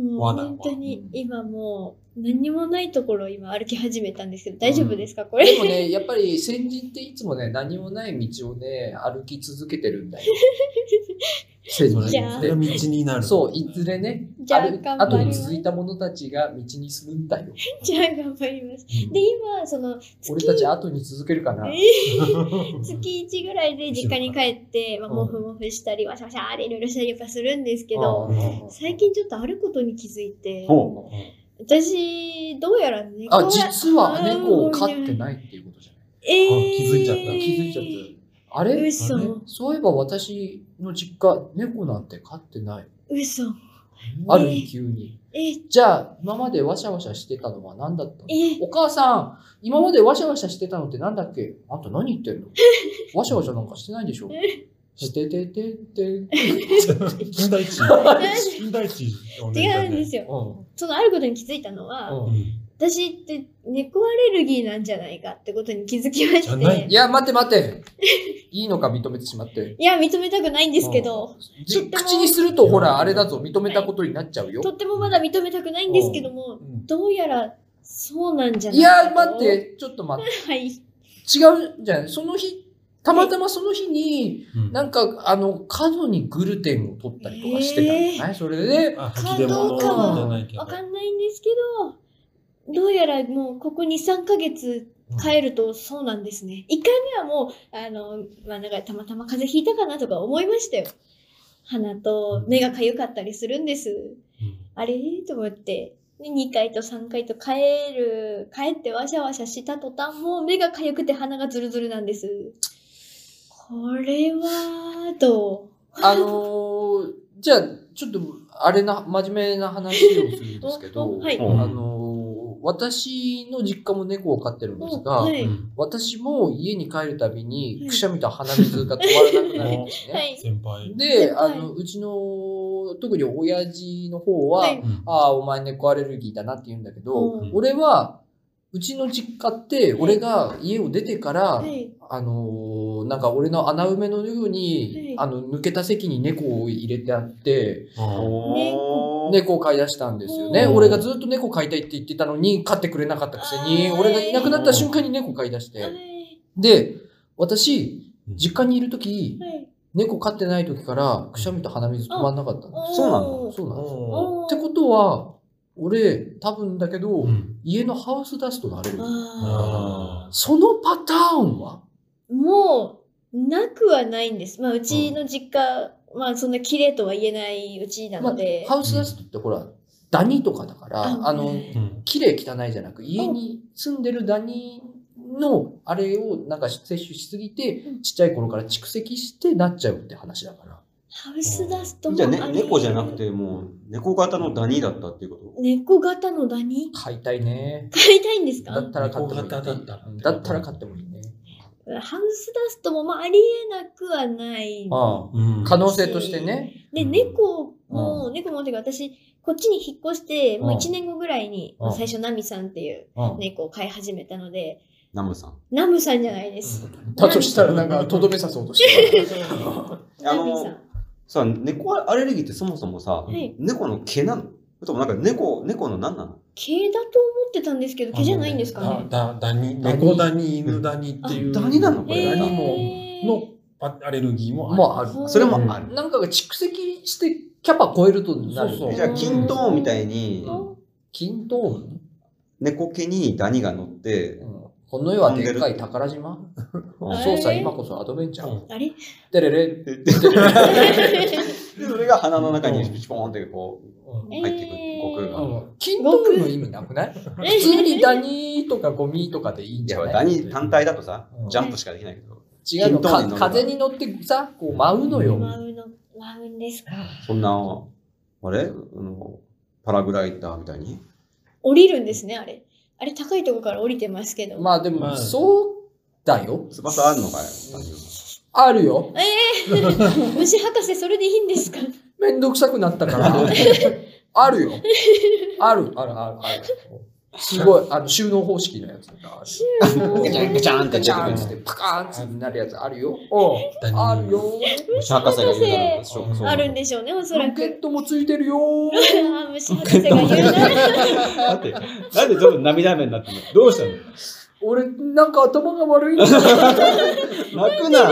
もう本当に今もう何もないところを今歩き始めたんですけど、大丈夫ですか これ
で。もね、やっぱり先人っていつもね、何もない道をね、歩き続けてる んだよ。先
そ
人
れ
じゃあ
っ
それが道
て。
になる。
そう、いずれね、
じゃあ
ある
頑張ります
後に続いた者たちが道にするんだよ。
じゃあ頑張ります。
うん
で、今、その月、
俺たち後に続けるかな。
月1ぐらいで実家に帰って、まあ、
うん
もふもふしたり、わしゃわしゃーでいろいろしたりやっぱするんですけど、
うん
最近ちょっとあることに気づいて、
ほ
私、どうやら猫
あ、
が
実は猫を飼ってないっていうことじゃない
えー、
あ気づいちゃった気
気づいちゃった。あれ
嘘
あれ
そういえば私の実家、猫なんて飼ってない。
嘘
ある日急に。
え
じゃあ、今までワシャワシャしてたのは何だったの
え
お母さん、今までワシャワシャしてたのって何だっけあんた何言って んのワシャワシャなんかしてないんでしょしてててて て。
金田一。金田一お姉ちゃ
違
ね。
うんですよ
う
そのあることに気づいたのは、
ん
う
うん
ん。
私って猫アレルギーなんじゃないかってことに気づきま
じゃ
し
な
て
い
いや、待って待って。いいのか認めてしまって。
いや認めたくないんですけ
う
ど
ん、
とって
じ
も
口にするとほら、あれだぞ、認めたことになっちゃうよ。
とってもまだ認めたくないんですけども、
うん
どうやらそうなんじゃないいか
や、
と
待って、ちょっと待って。
はい
違うんじゃないその日、たまたまその日に、
うん
なんか、あの、過度にグルテンを取ったりとかしてたんじゃない、それで、
あ吹き出物じゃないけど
わ。かんないんですけどどうやらもうここ23ヶ月帰るとそうなんですね、一1回目はもうあの、まあ、なんかたまたま風邪ひいたかなとか思いましたよ鼻と目が痒かったりするんです
うん
あれと思って。で2回と3回と帰る、帰ってわしゃわしゃした途端、もう目が痒くて鼻がズルズルなんです。これは、と。
あのーじゃあ、ちょっと、あれな、真面目な話をするんですけ ど、
おはい
お
あのー私の実家も猫を飼ってるんですが、
おは
う
い。
ん
私も家に帰るたびに
はい、
くしゃみと鼻水が止まらなくなるんですね。
はい。
先輩。
で、
は
あ
い
の、うちの、特に親父の方は、
はい
うん
ああ、お前猫アレルギーだなって言うんだけど、
うん
俺は、うちの実家って、俺が家を出てから、
はい。
あのーなんか俺の穴埋めのように、
は
あの、抜けた席に猫を入れてあって、
う。
うん
おー。
猫を飼い出したんですよね。
うん
俺がずっと猫飼いたいって言ってたのに、飼ってくれなかったくせに、
あー
俺がいなくなった瞬間に猫飼い出し
は
て。
い。
で、私、実家にいるとき、
はい。
猫飼ってないときから、くしゃみと鼻水止まんなかったの。
そうな
の
そうなんですよ。
おー
ってことは、俺、多分だけど、
うん
家のハウスダストがあれる。
あ
そのパターンは
もう、なくはないんです。まあ、うちの実家、まあ、そんな綺麗とは言えないうちな
ま
の
あ
で。
ハウスダストってほら、ダニとかだから、
あ
あの、
ー。うん
綺麗汚いじゃなく、家に住んでるダニのあれをなんか摂取しすぎて
う、ん
ちっちゃい頃から蓄積してなっちゃうって話だから。
ハウスダストも
じゃあ、
あ
ね、
り
猫じゃなく。て、もう、猫型のダニだったっていうこと
猫型のダニ
飼いたいね。
飼いたいんです
だ
か
ったら飼ってもいい、ね。
猫型だったら
うんだったら飼ってもいいね。
ハウスダストもまあありえなくはない。
あ
うん
あ可能性としてね。
で、猫も、猫もてか私、こっちに引っ越して、もう
あ
1年後ぐらいに、
あ
最初ナミさんっていう
うん
猫を飼い始めたので、
ナムさん。
ナムさんじゃないです。
だとしたらなんか、とどめさそうとしてる。
ナ
あの
ミさん。
さあ、猫アレルギーってそもそもさ、
い
猫の毛なのそれともなんか猫、猫の何なの
毛だと思ってたんですけど、毛じゃないんですか
あの
ね
ね。だだダニ、猫ダニ、犬ダニっていう。
あダニなのこれ
え
ダ
ー
ニも、のあアレルギーもある。
まあ、ある。
それもある。
なんかが蓄積してキャパ超えるとなる、
そうそう
じゃあ、キントーンみたいに、
うん
金トーン、
猫毛にダニが乗って、
うん、この世はでっかい宝島
うん
操作今こそアドベンチャー。
あれ
てれれ。
で、それが鼻の中にピポーンってこ
うん
う、入ってくる
えー、
悟空
あ
が。
の金トーンの意味なくない普通にダニとかゴミとかでいいん
い
じゃ
や、
ない
ダニ単体だとさ
う、ん
ジャンプしかできないけど、
違うの
金トーンに乗
か
る
風に乗ってさ、こう舞うのよ。
マウンの、マウンですか。
そんな、あれあの、パラグライダーみたいに
降りるんですね、あれ。あれ、高いところから降りてますけど。
まあで
ま
も、
あ
そうだよ。
翼あるのかよ、ダニは
あるよ。
虫博士、それでいいんですか
めんどくさくなった から。あるよ。ある、ある、ある、ある。すごい、あの、収納方式のやつとかある。
ガチャンガチャンって
ガチ
出て
ャン
くる
っ
ん
つ
で
っ
す
て、パカーンっつってなるやつあるよ。おう
ダニ
あるよ。
虫博士が言うだろうそうそう
あるんでしょうね、おそら
ロケ
く。
ットもついてるよ。
あー虫博士が言うな。
だって、なんでどう涙目になってんのどうした
俺、なんか頭が悪いのか
泣くな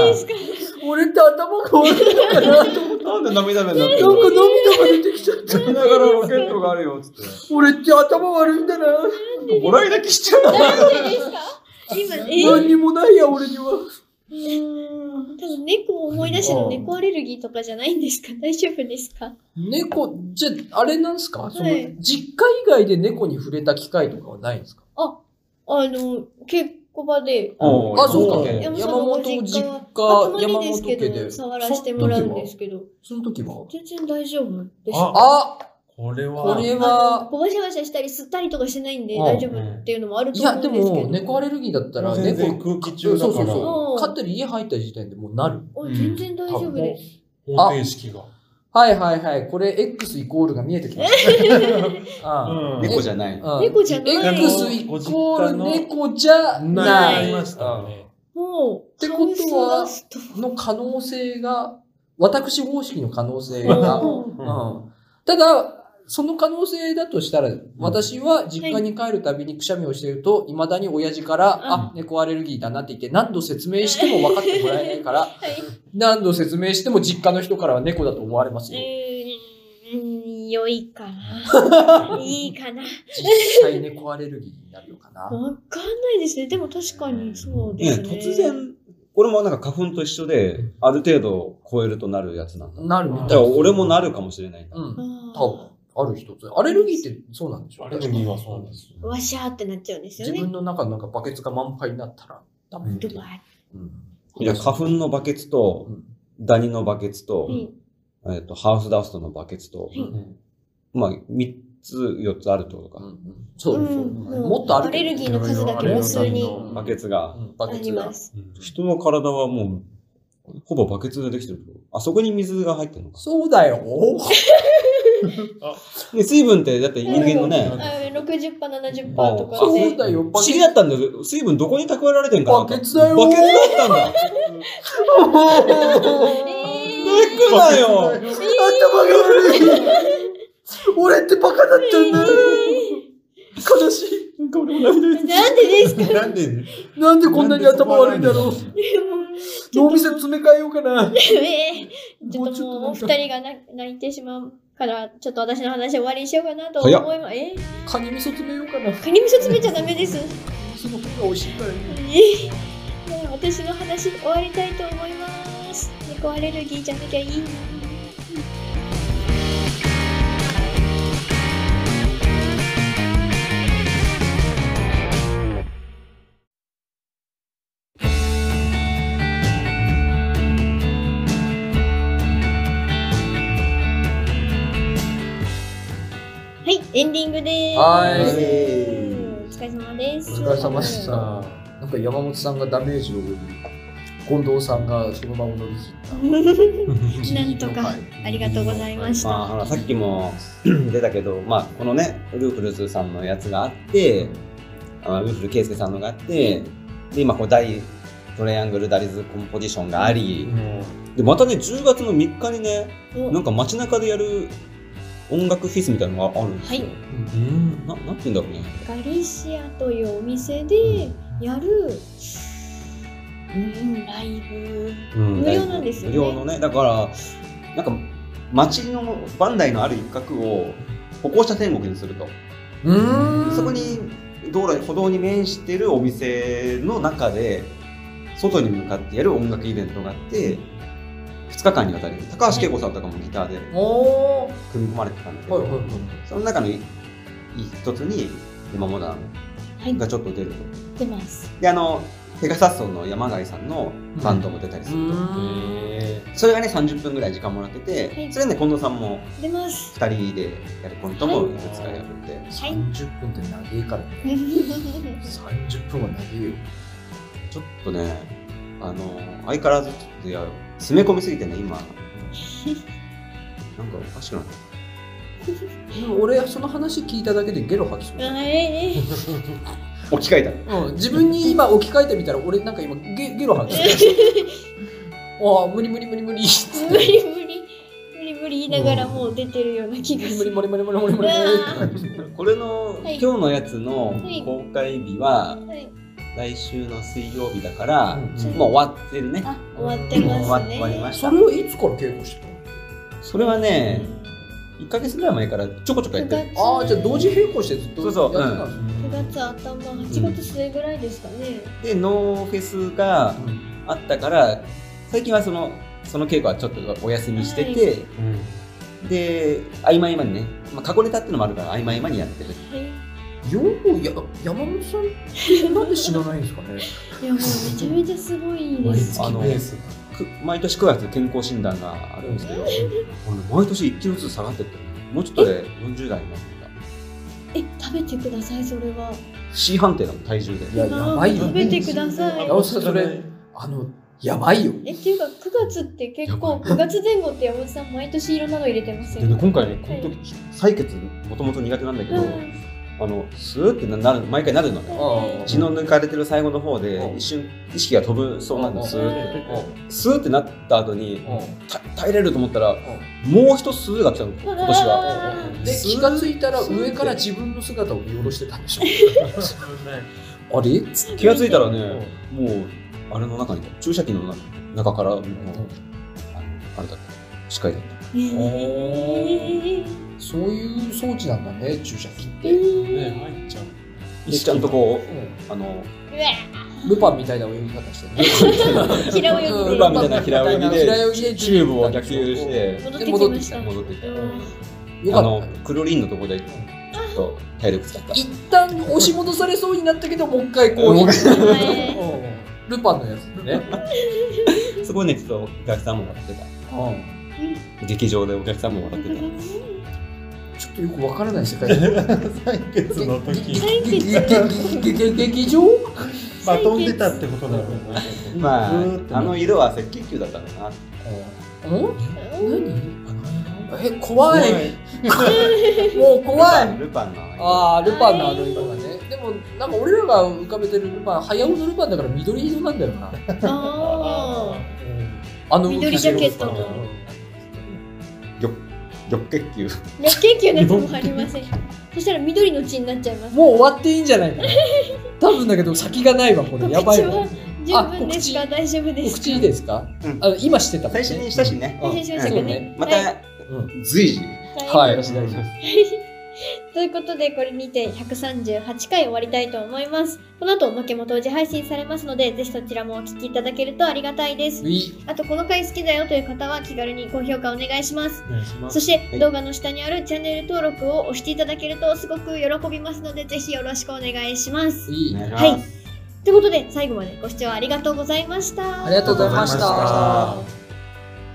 俺って頭が悪いのかななんか
なんで涙目になってんの
涙が出てきちゃった。
泣きながらロケットがあるよ、つって。
俺って頭悪いんだな。
もらい泣きしちゃうの
なんでですか今、え
何にもないや、俺には。
ー、多分猫を思い出しての猫アレルギーとかじゃないんですか大丈夫ですか
猫、じゃあ、あれなんですかそ
は
の、
い
実家以外で猫に触れた機会とかはないんですか
あの、稽古場で、
おー
あ、そうか。
山
本
山
さん
本
の
実家、
実家
山
まあたま
本
にです
家
け
で。
ど、触らせてもらうんですけど、
その時は
全然大丈夫です。
あ、
あこれは。
これ
あの
は、
こうわしゃわしゃしたり吸ったりとかしてないんで
あ
大丈夫っていうのもある
い
と思
や、
うん
で
ですけど。
も、猫アレルギーだったら、
全
猫
然、空気中だ
そう
か
そう
ら、
そうう。
ん
飼ってる家入った時点でもうなる。
お全然大丈夫です。
方程式が。
はいはいはい。これ、X イコールが見えてきました。あ
うん
猫じゃない。
あうん
猫じゃない
X イコール猫じゃな。
ないい
ましたね。
もう、
てことは
顔すらす
の可能性が、私方式の可能性
と
が、
もう
うんただ、その可能性だとしたら、私は実家に帰るたびにくしゃみをしていると、未だに親父から、あ、猫アレルギーだなって言って、何度説明しても分かってもらえないから、
はい
何度説明しても実家の人からは猫だと思われま
う
すよ。
ーん、良いかな。いいかな。
実際猫アレルギーになるのかな。
わかんないですね。でも確かにそう
ね
ですね。
突然、俺もなんか花粉と一緒で、ある程度超えるとなるやつなんだ。だ
なるみ
か
た
ら
い。
俺もなるかもしれないんだ。
うん。
あ
多分、ある一つ。アレルギーってそうなんでしょ
ア
う
レルギーはそうです。
ーわしゃーってなっちゃうんですよ
自
ね。
分の中のなんかバケツが満杯になったら、ダメって
ド
いう
バー
うん
いや、花粉のバケツと
う、ん
ダニのバケツと、
うん
えっと、ハーフダストのバケツと、
うん
まあ、3つ、4つあるってこと
うんう
か。
んそう
う
そう。
んもう
もっとある
アレルギーの数だ
あ
け
れ
無
は
数に
うん
バケツ
う
が。
んバ
あ
ケ
り
ツが
ま。す。
人の体はもう、ほぼバケツでできてるってことあそこに水が入ってるのか。
そうだよ。
で、水分って、だって人間のね、
あ60%、70%
あ
とか
そう
で。
だよ。バ
不思
ケ
議
ツ
だったんだけど、水分どこに蓄えられてんかな
バケツだよ
バケツだったんだ。泣くなよ
頭が悪い。 俺ってバカだったんだ。悲し
なんでですか
なんで、
い。なんでこんなに頭悪いんだろう。脳みそ詰め替えようかな。
えーちょ
もう
っ
ち
ともう
ょ
お
っと
二
な
人が
んか
泣泣いてしまうから、ちょっと私の話終わりにしようかなと思い
早っ
ます。えー
カニ味噌詰めようかな。
カニ味噌詰めちゃダメです。え
その方が美味しいからね。
ーでは私の話終わりたいと思います。猫アレルギーじゃなきゃいいな。はい、エンディングです。
はい
お疲れ様です。
お疲れ様でしたなんか山本さんがダメージを負い、近藤さんがそのまま乗り切った。
なんとか、ありがとうございました。
まあ、ほら、さっ きも出たけど、まあ、このね、ルーフルズさんのやつがあって、あルーフル圭介さんのがあって、で、今、こう、大トライアングルダリズコンポジションがあり、で、またね、10月の3日にね、
お
なんか街中でやる音楽フェスみたいなのがあるんですよ。
は
うん。
ななんて言うんだろうね。
ガリシアというお店でやる、うん、ライブ。
うん
無料なんですよね
無料のね。だから、なんか、街の、バンダイのある一角を歩行者天国にすると。
うーん
そこに道路歩道に面してるお店の中で外に向かってやる音楽イベントがあって2日間にわたり高橋恵子さんとかもギターで
おー
組み込まれてたんだけど、
はいはいはい
その中のい一つに山本ア
はい、
がちょっと出ると
出ます。
であのペガサスソの山貝さんのバンドも出たりする、
う
それがね30分ぐらい時間もらってて、
はい
それはね近藤さんも
出 ます。
2人でやるコントもいくつかやるんで、
はい
30分って長いからね30分は長いよ
ちょっとねあの相変わらずちょっといや詰め込みすぎてね今なんかおかしくなって
でも俺その話聞いただけでゲロ吐きそう
はい。
置き換えた
うん、自分に今置き換えてみたら俺なんか今ゲゲロ吐 きそうああ無理無理無理無理っつ っ
無
て
理無理。無理無理言いながらもう出てるような気が
無
す
理
る。
無理無理無理無理無理無理
これの、
はい
今日のやつの
い
公開日は
はい。
来週の水曜日だから、
うん
もう終わってるね
あ、終わってますね。
終わりまし
そ
た
れをいつから稽古して
それはね1か月ぐらい前からちょこちょこや
9
ってる
月
たのああじゃあ同時並行してずっと
そうそう
やってたんですね
9月頭、8月末ぐらいですかね。
でノーフェスがあったから最近はそのその稽古はちょっとお休みしてて、で合間合間にね、まあ、過去ネタってのもあるから合間合間にやってる
はい。
ようや山本さんってなんで死なないんですか ね
いや、もうめちゃめちゃすごいで
割り
す。
付きベース
く毎年9月健康診断があるんですけど、俺毎年1キロずつ下がってってるもうちょっとで40代になってた
え、食べてください、それは。
C 判定だもん体重で
ややばいよ
食べてください
山。本さんそれあのやばいよ
え、っていうか、9月って結構、9月前後って山本さん毎年いろんなの入れてますよ
でね
ね。
今回ねこの時採血もともと苦手なんだけ
う
ど、
ん。
あのスーってななる毎回なるのね
あ
血の抜かれてる最後の方で
うん
一瞬意識が飛ぶそうなんです
うん
スーってなった後にた耐えれると思ったらもう一つスーが来たの今年は
は
で気がついたら上から自分の姿を見下ろしてたんでしょ あれっつって
気がついたらね、もうあれの中に注射器のな中からもうあのあれだった視界だった
えー
そういう装置なんだね注射器っ
え
て、
ー
ね入っちゃう
でちゃんとこ
う
うんあの
うわ
ルパンみたいな泳ぎ方してね
平泳ぎ
うん
で
ルパンみたいな平泳ぎで
平泳ぎで
チューブを逆流し
う
て
戻ってきました。
戻ってきた
うん
んよ
あ
か
の
った
クロリンのとこでちょっと体力使った
一旦押し戻されそうになったけどもう一回こう
もう
はい
うんルパンのやつね、
そこねちょっとお客さんも笑って
うん
た劇場でお客さんも笑ってた
ちょっとよくわからない世界だね
採血の時
採血
劇劇劇場
まあ飛んでたってことだろうな
まあ
ずーっとね
あの色は赤血球だったのかな
うん
うん
何え怖いもう怖い
ルパンルパンの
ああルパンのあの色がねでもなんか俺らが浮かべてるルパン早尾のルパンだから緑色なんだよな
あ
あの
緑ジャケットの
緑血球
ー熱研究のやつも入りません。そしたら緑の血になっちゃいます。
もう終わっていいんじゃないかな多分だけど先がないわこれやばいわ
告十分です
あ
か大丈夫で
告
すか
知いいですか、
うん
あの今してたもん
最
ね
初にしたしね
うん
失礼しました
そ
か
うね
ね。
ま
はい
た
うん
随時
はい
よろしくお願いします
ということで、これにて138回終わりたいと思います。この後、おまけも同時配信されますので、ぜひそちらもお聞きいただけるとありがたいです。
い
あと、この回好きだよという方は気軽に高評価お願いします。
お願いしま
そ
す
して、
い
動画の下にあるチャンネル登録を押していただけるとすごく喜びますので、ぜひよろしくお願いします。
いい
お願いします
はい。ということで、最後までご視聴ありがとうございました。
ありがとうございまし
ありがとうございました
た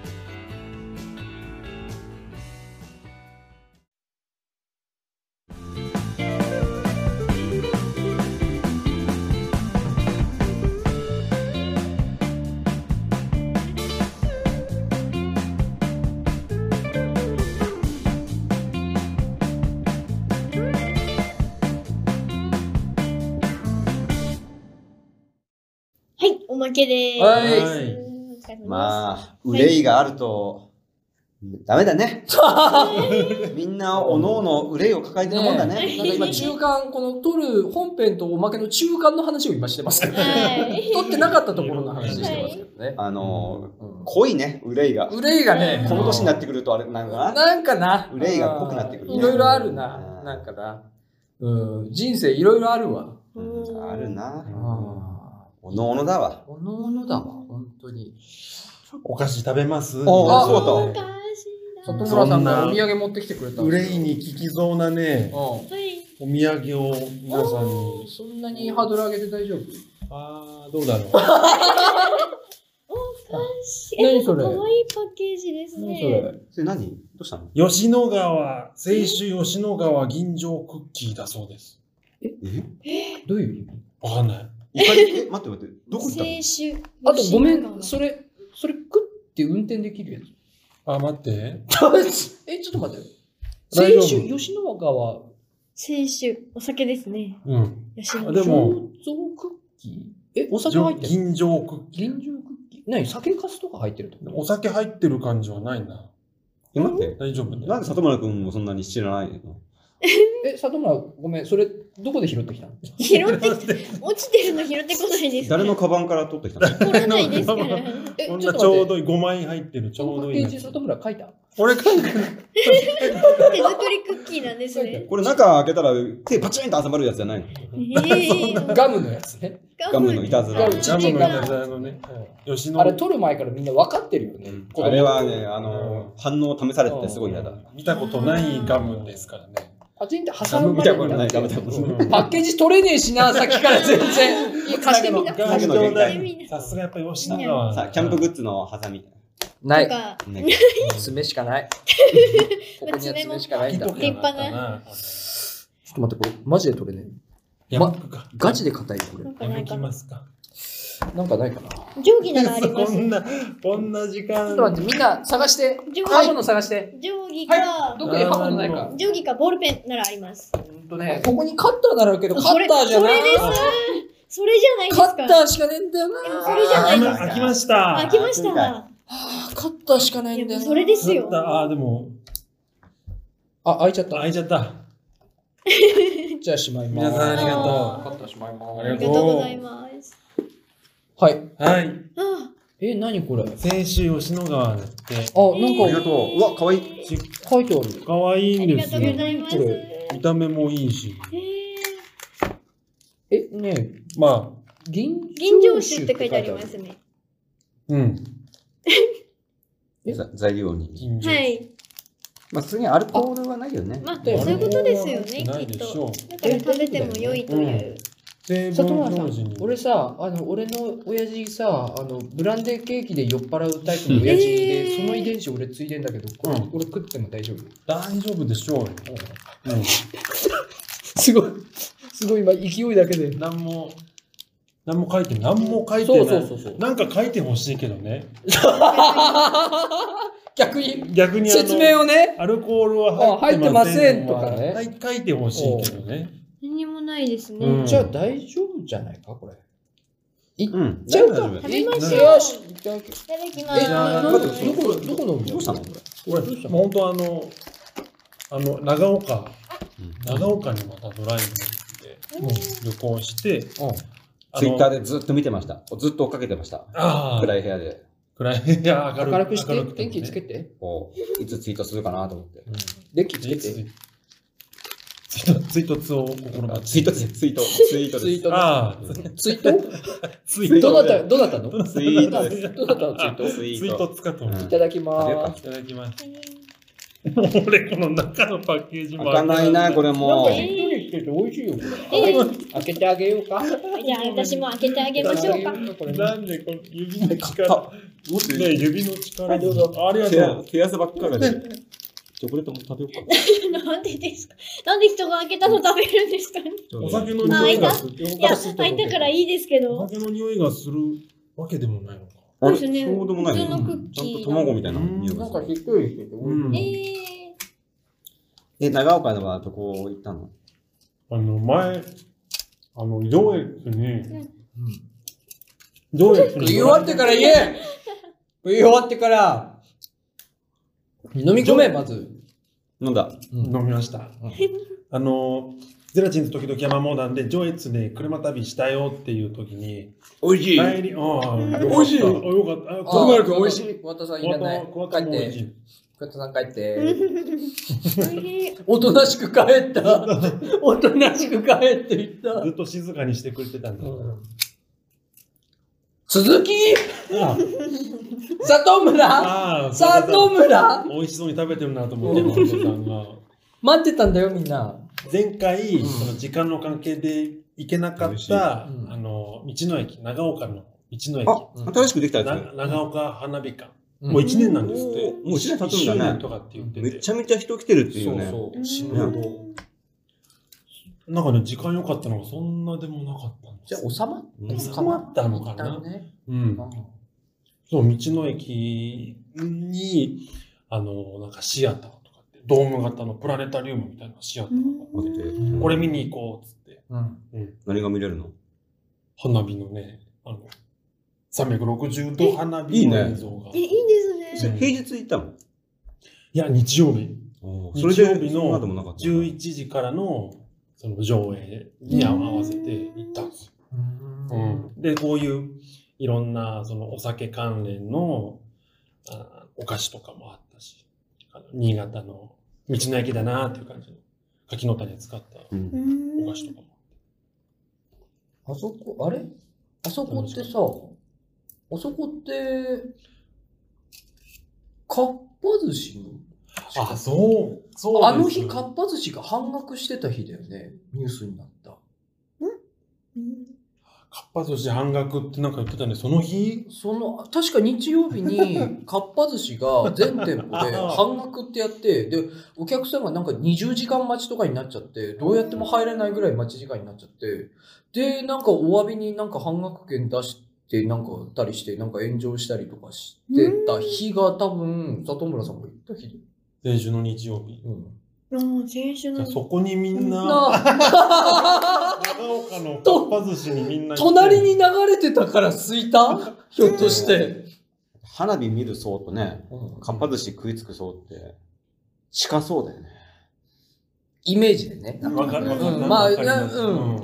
はい、おまけです。
はい
はい
うんお疲れ様です
まあ、憂いがあると、ダメだね。みんな、おのおの憂いを抱えてるもんだね。
なんか今中間この撮る本編とおまけの中間の話を今してますけど、
はい
撮ってなかったところの話してますけどね、
あの、
うん
濃いね、憂いが。
憂いがね
この年になっててくると、あれ、なんかな。
なんかな
憂いが濃くなってくるね
いろいろあるななんかなうん、人生いろいろあるわ。
あるな。
ああ。
おのおのだわ。
おのおのだわ、本当に。
お菓子食べます
そ
あ
う
だ
おかしい
里
な。
村
は
さんがお土産持ってきてくれた。
憂いに効きそうなね、
う
い。
お土産を皆さんに
ん。。そんなにハードル上げて大丈夫
ああ、どうだろう。
おかしい。
あ
え、
何それ
かわいいパッケージです
何
ね。
それ
それ何どうしたの
吉野川、清酒吉野川吟醸クッキーだそうです。
え
どういう意味
わかんない。
いかにえ待って待って。どこ行ったの
青春。
あとごめん、
そ
そ
れ。
れ、それクッて運転できるやつ。
あ、待って。
え、ちょっと待ってよ。
大丈
先
夫
週、吉野川、
青春。お酒ですね。
うん。
吉野
あでも
醸造クッキーえ、お酒入ってる
吟醸クッキ
銀醸クッキー何酒粕とか入ってるって
ー。
こ
お酒入ってる感じはないな。
え、待って。
大丈夫ね。
なんで里村くんもそんなに知らないの
とえ、里村、ごめん、それ、どこで拾ってきたの
拾ってきた。落ちてるの拾ってこないです。
誰のカバンから取ってきたの
取らないですから。
え、
こん
ちょっ
な
と
ちょ
待っ
う
て
どいい、5枚入ってる、ち
その
ょう
パッ
どい
ケー
いや
ジ、
つ。
里村書いた
俺書いてる。
手作りクッキーなんですね。
これ中開けたら手パチンと挟まるやつじゃないの
ええ
ガムのやつね。
ガムのいたずら。
ガム
ジャムのやつあのね、吉野
あれ、取る前からみんな分かってるよね。子供
あれはね、あの、反応を試されててすごい嫌だ。
見たことないガムですからね。
パチンって挟
ガム
むま
見た
で
ことない、ガム見たことない。
パッケージ取れねえしな、さっきから全然。 いや貸してみな。
ガム
の限
界
さすがやっぱ吉野川。
さあ、キャンプグッズのハサミ。
な
なん
い。
か、
ね
爪しか ない。ここには爪しかないんだ。ちょ
立派な。
っと待って、これ、マジで取れねえ。
ヤマックか。
ガチで硬いよ、こ
なんか
や
な
め
いか
き。ますか。
なんかないかな。ち
定規ならありま
そ
す。
んな、こんな時
ょ
間
っと。待って、みんな探して。
定
刃
規
物探して。
定規か、
どこに刃物ないか。
定規かボールペンならあります。
ほんとね、ここにカッターならあるけど、カ
それ
ッターじゃない
そ。れです。それじゃないです
カ
か。
ッターしかねえんだよ
でも
な。
それじゃな
開
い
き
で
ます開
か。
きました。
あ、来まし
今回
た。
カッターしかない
い
んだ
や
よな。
それです
だっ
よ
た。あー、でも、
あ、開いちゃった。
開いちゃった。
じゃあしまいます。
皆さんありがとう
カッターしまいま
あ
あり
り
がとうご
ご
ざ
ざ
い
い
ます。
はい。
はい。
あ、
え、何これあ、なんか
先週吉野川だって、
ありがとう。うわ、かわいい。
し
書いてある。
かわいい
あ
ん
り
で
が
す
と
よ
う。ございます。
こ
見た目もいいし。
えー
え、ねえ、
まあ、
銀
銀醸酒って書いてありま。すね。
うん。
ざ材料に。
近所。
はい。
まあ、普通にアルコールはないよね。
まあ、
だ
そう
よね
いうことですよね、
悪くない
きっ
でし
と。
ょう。
だから食べても良いという。
成
里
分
村
表示
さん
に。、
俺さ、あの、俺の親父さ、あの、ブランデーケーキで酔っ払うタイプの親父で、
えー
その遺伝子俺ついでんだけど、これ
うん
俺食っても大丈夫。
大丈夫でしょうよ。
すごい、すごい今勢いだけで。
何も、何も書いて、何も書いて
そ
な
う
い。
そうそうそう。
なんか書いてほしいけどね。
逆に、
逆にあの
説明をね。
アルコールは入ってませ
あ入っ
ん
てませんとかね
はい書いてほしいけどね。
何もないですね。
うん
じゃあ大丈夫じゃないか、これ。
うん。
じゃあ
大丈夫
食べましょう。
よしいただき
いただきま
え、ななん
す。
でどこ、どこの海
どうしたのこ
俺、
どうしたの
もう本当あの、あの、長岡、
れ。
長岡にまたドライブに行って、旅行して、
うん
あの
ツイッターでずっと見てました。ずっと追っかけてました。
ああ、
暗い部屋で。
暗い。いや、明る
明るくして、
明るて
電
もね
気つけて。
こう、いつツイートするかなと思って。
うん
電気つけ
え
て。
ツイツイートツイートツを心が
あツイートです、ツイート、ツイート
ツイー
で
トね。
ああ、
ツイー
ツイ
トどな
で
た、どなたのどな
す。ツイー
た
ト
の
です。
どなたのツイート
ツイ
ツイ
ー
ー
ト。
ト使ってもらう
う
い
ん
いただきま
食べようか
ーす。
ただきます。 俺、この中のパッケージも
開かないな、これも
なんかしっとりしてて美味しいよ、こ
え
れ。開けてあげようか。
じゃあ私も開けてあげましょうか。
開けてあげよこれね
なんでこの指の力、
持って
ね、指の力
はいどうぞ
ありが
手
とう
汗。手汗ばっかりで。チョコレートも食べようか。
なんでですかなんで人が開けたの食べるんですかね
お酒の
あ
匂
開
い
いた
がする。
いや、開いたからいいですけど。
お酒の匂いがするわけでもないのか。
あれ
そうですね
そうでもないね
普通のクッキー
ちゃんと卵みたいな匂
な
いが
ん
す
か
る。
しっとりしてて美味しい。
え
ん
ー、
え、長岡ではどこ行ったの
あの、前、あの、上越に、
うん
上越に。
食い終わってから言え食い終わってから。飲み込め、まず。
なんだ
飲みました。あの、ゼラチンズ時々山モーダンで上越で車旅したよっていう時に、
おいしい。
帰り、ああ、
美味しい
あよかった。あ
小
よかっ
丸君美味しい
い。わたさ
た
んいらない。
小
帰
丸君
っ。
も美味してい
桑田さん帰って、
おいしい
おとなしく帰った。おとなしく帰っていった。
ずっと静かにしてくれてたんだ。
鈴木
あ
里村
あー、
里村
美味しそうに食べてるなと思って、松本さんが。
待ってたんだよ、みんな。
前回、
うん
その時間の関係で行けなかった、
美味しいうん
あの、道の駅、長岡の道
あ
の、
新しくできた
駅、
や
な長岡花火館。
うん
もう1年なんですって。
もう一年経つんだね
1周年とかって言っ
つ。
て
め
て
ち。ゃめちゃ人来てるっていうね。
そうそうう。
ん
死ぬほど。
なんかね、時間良かったのがそんなでもなかったんで
じゃあ、
す。
収まっ
うん
収まったのか
た
な、
ね。
う
う。
ん
ん
そう、道の駅に、あの、なんかシアターとかって、ドーム型のプラネタリウムみたいなシアターが、
待って
これ見に行こうっつって、
うん。
何が見れるの
花火のね、あの、360度花火の映像が。
え、いいです
そ
ね。
れ平日行ったの
いや、日曜日。
それ
日
で
曜日
そんなでもなか
の
った
11時からのその上映に合わせて行ったんですよ。うんで、こういういろんなそのお酒関連のあお菓子とかもあったし、あの新潟の道の駅だなっていう感じの柿の種使った
うん
うん
お菓子とかも。
あそこ、あれあそこってさ、あそこって、かっぱ寿司の
あ、そう。そう
あの日、
買
か
っ
っぱ寿司が半額してた日だよね。ニュースになった。
うん
かっぱ寿司半額ってなんか言ってたね。その日
その、確か日曜日 に、かっぱ寿司が全店舗で半額ってやって、で、お客さんがなんか20時間待ちとかになっちゃって、どうやっても入れないぐらい待ち時間になっちゃって、で、なんかお詫びになんか半額券出して、なんか売ったりして、なんか炎上したりとかしてた日が多分、里村さんが言った日。
先週の日曜日。
うん。
あー先週
じゃ
の。
あ そこにみんな、
な、
長岡のかっぱ寿司にみんな行って
隣に流れてたから空い たひょっとして。
花火見る層とね、
うん
かっぱ寿司食いつく層って、近そうだよね。
イメージでね。
わかるわかる。
うんまあ
わか
い
りす
やうん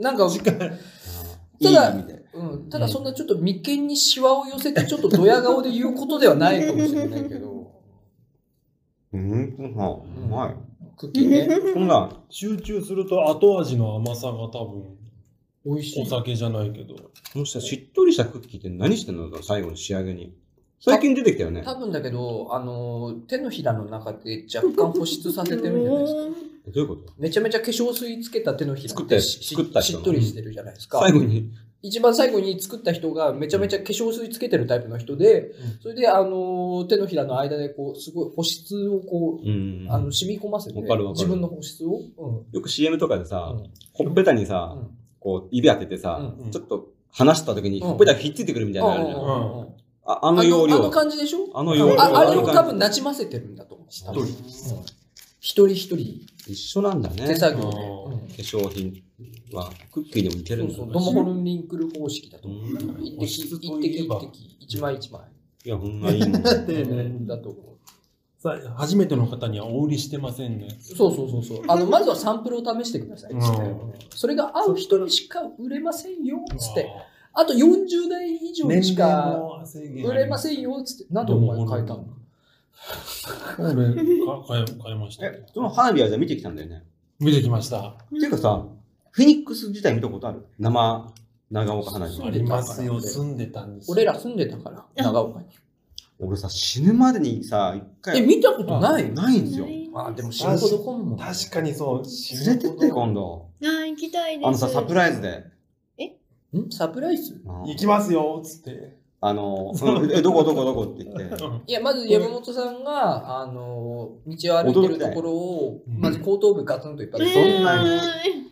なんか、
いい意味で。
うん、ただそんなちょっと眉間にシワを寄せてちょっとドヤ顔で言うことではないかもしれないけど
うん、うまい。
クッキーね
こんな、
集中すると後味の甘さが多
美味し
分お
い
酒じゃないけど
このさ、しっとりしたクッキーって何してんの最後の仕上げに。最近出てきたよね。
多分だけどあの手のひらの中で若干保湿させてるんじゃないですか
どういうこと
めちゃめちゃ化粧水つけた手のひら
作った
で
やつ
しし
作った
し
人
っ
の
とりしてるじゃないですか
最後に。
一番最後に作った人がめちゃめちゃ化粧水つけてるタイプの人で
ん
それであの手のひらの間でこうすごい保湿をこう
うん
あの染み込ませて
わかるわかる
自分の保湿を、うん
よく CM とかでさ
うん、
ほっぺたにさ
う、ん
こう、指当ててさ、
うん
うん
ちょっと離した時に、
うん
ほっぺたがひっついてくるみたいなのあるじゃ
う
ん。
んうんうん
ああの容
あの
量。
感じでしょ
あの容量。
ああれ
の
を
感じ
多分なじませてるんだと思う。多分うん一人一人、
一緒なんだ
手
ね。化
作業で。う
う
ん
粧品は、クッキーでも似てるんだ
そうそう
ね
ドモホルンリンクル方式だと思う。
うん
一
保
滴、
湿
一
とい
滴、
えば
一滴、一枚一枚。
いや、ほんまいい もん。
丁寧に
だと思う。
さ初めての方にはお売りしてませんね
そうそうそうそう。あの、まずはサンプルを試してください。
うん
つってそれが合う人にしか売れませんよ。つって。
わあ
あと40代以上にしか
も制限
売れませんよ。つって。なんでお前変えたの
俺か買え買いました
え、その花火はじゃあ見てきたんだよね。
見てきました
っていうかさ、フェニックス自体見たことある生長岡花
そう
火
あ。りますよ住んでたんですよ
俺ら住んでたから、長岡に。
俺さ、死ぬまでにさ、一
え、
回、
見たことない
ないんですよ。
あ、でも死ぬほど混むもんね。
確かにそう
連れてって今度。
あー行きたいです。
あのさ、サプライズで。
んサプライズ
あの
行きますよっつって
あの、うんえ、どこどこどこって言って。
いや、まず山本さんが、あの、道を歩いてるところを、
うん
まず後頭部ガツンと一発、
そんな に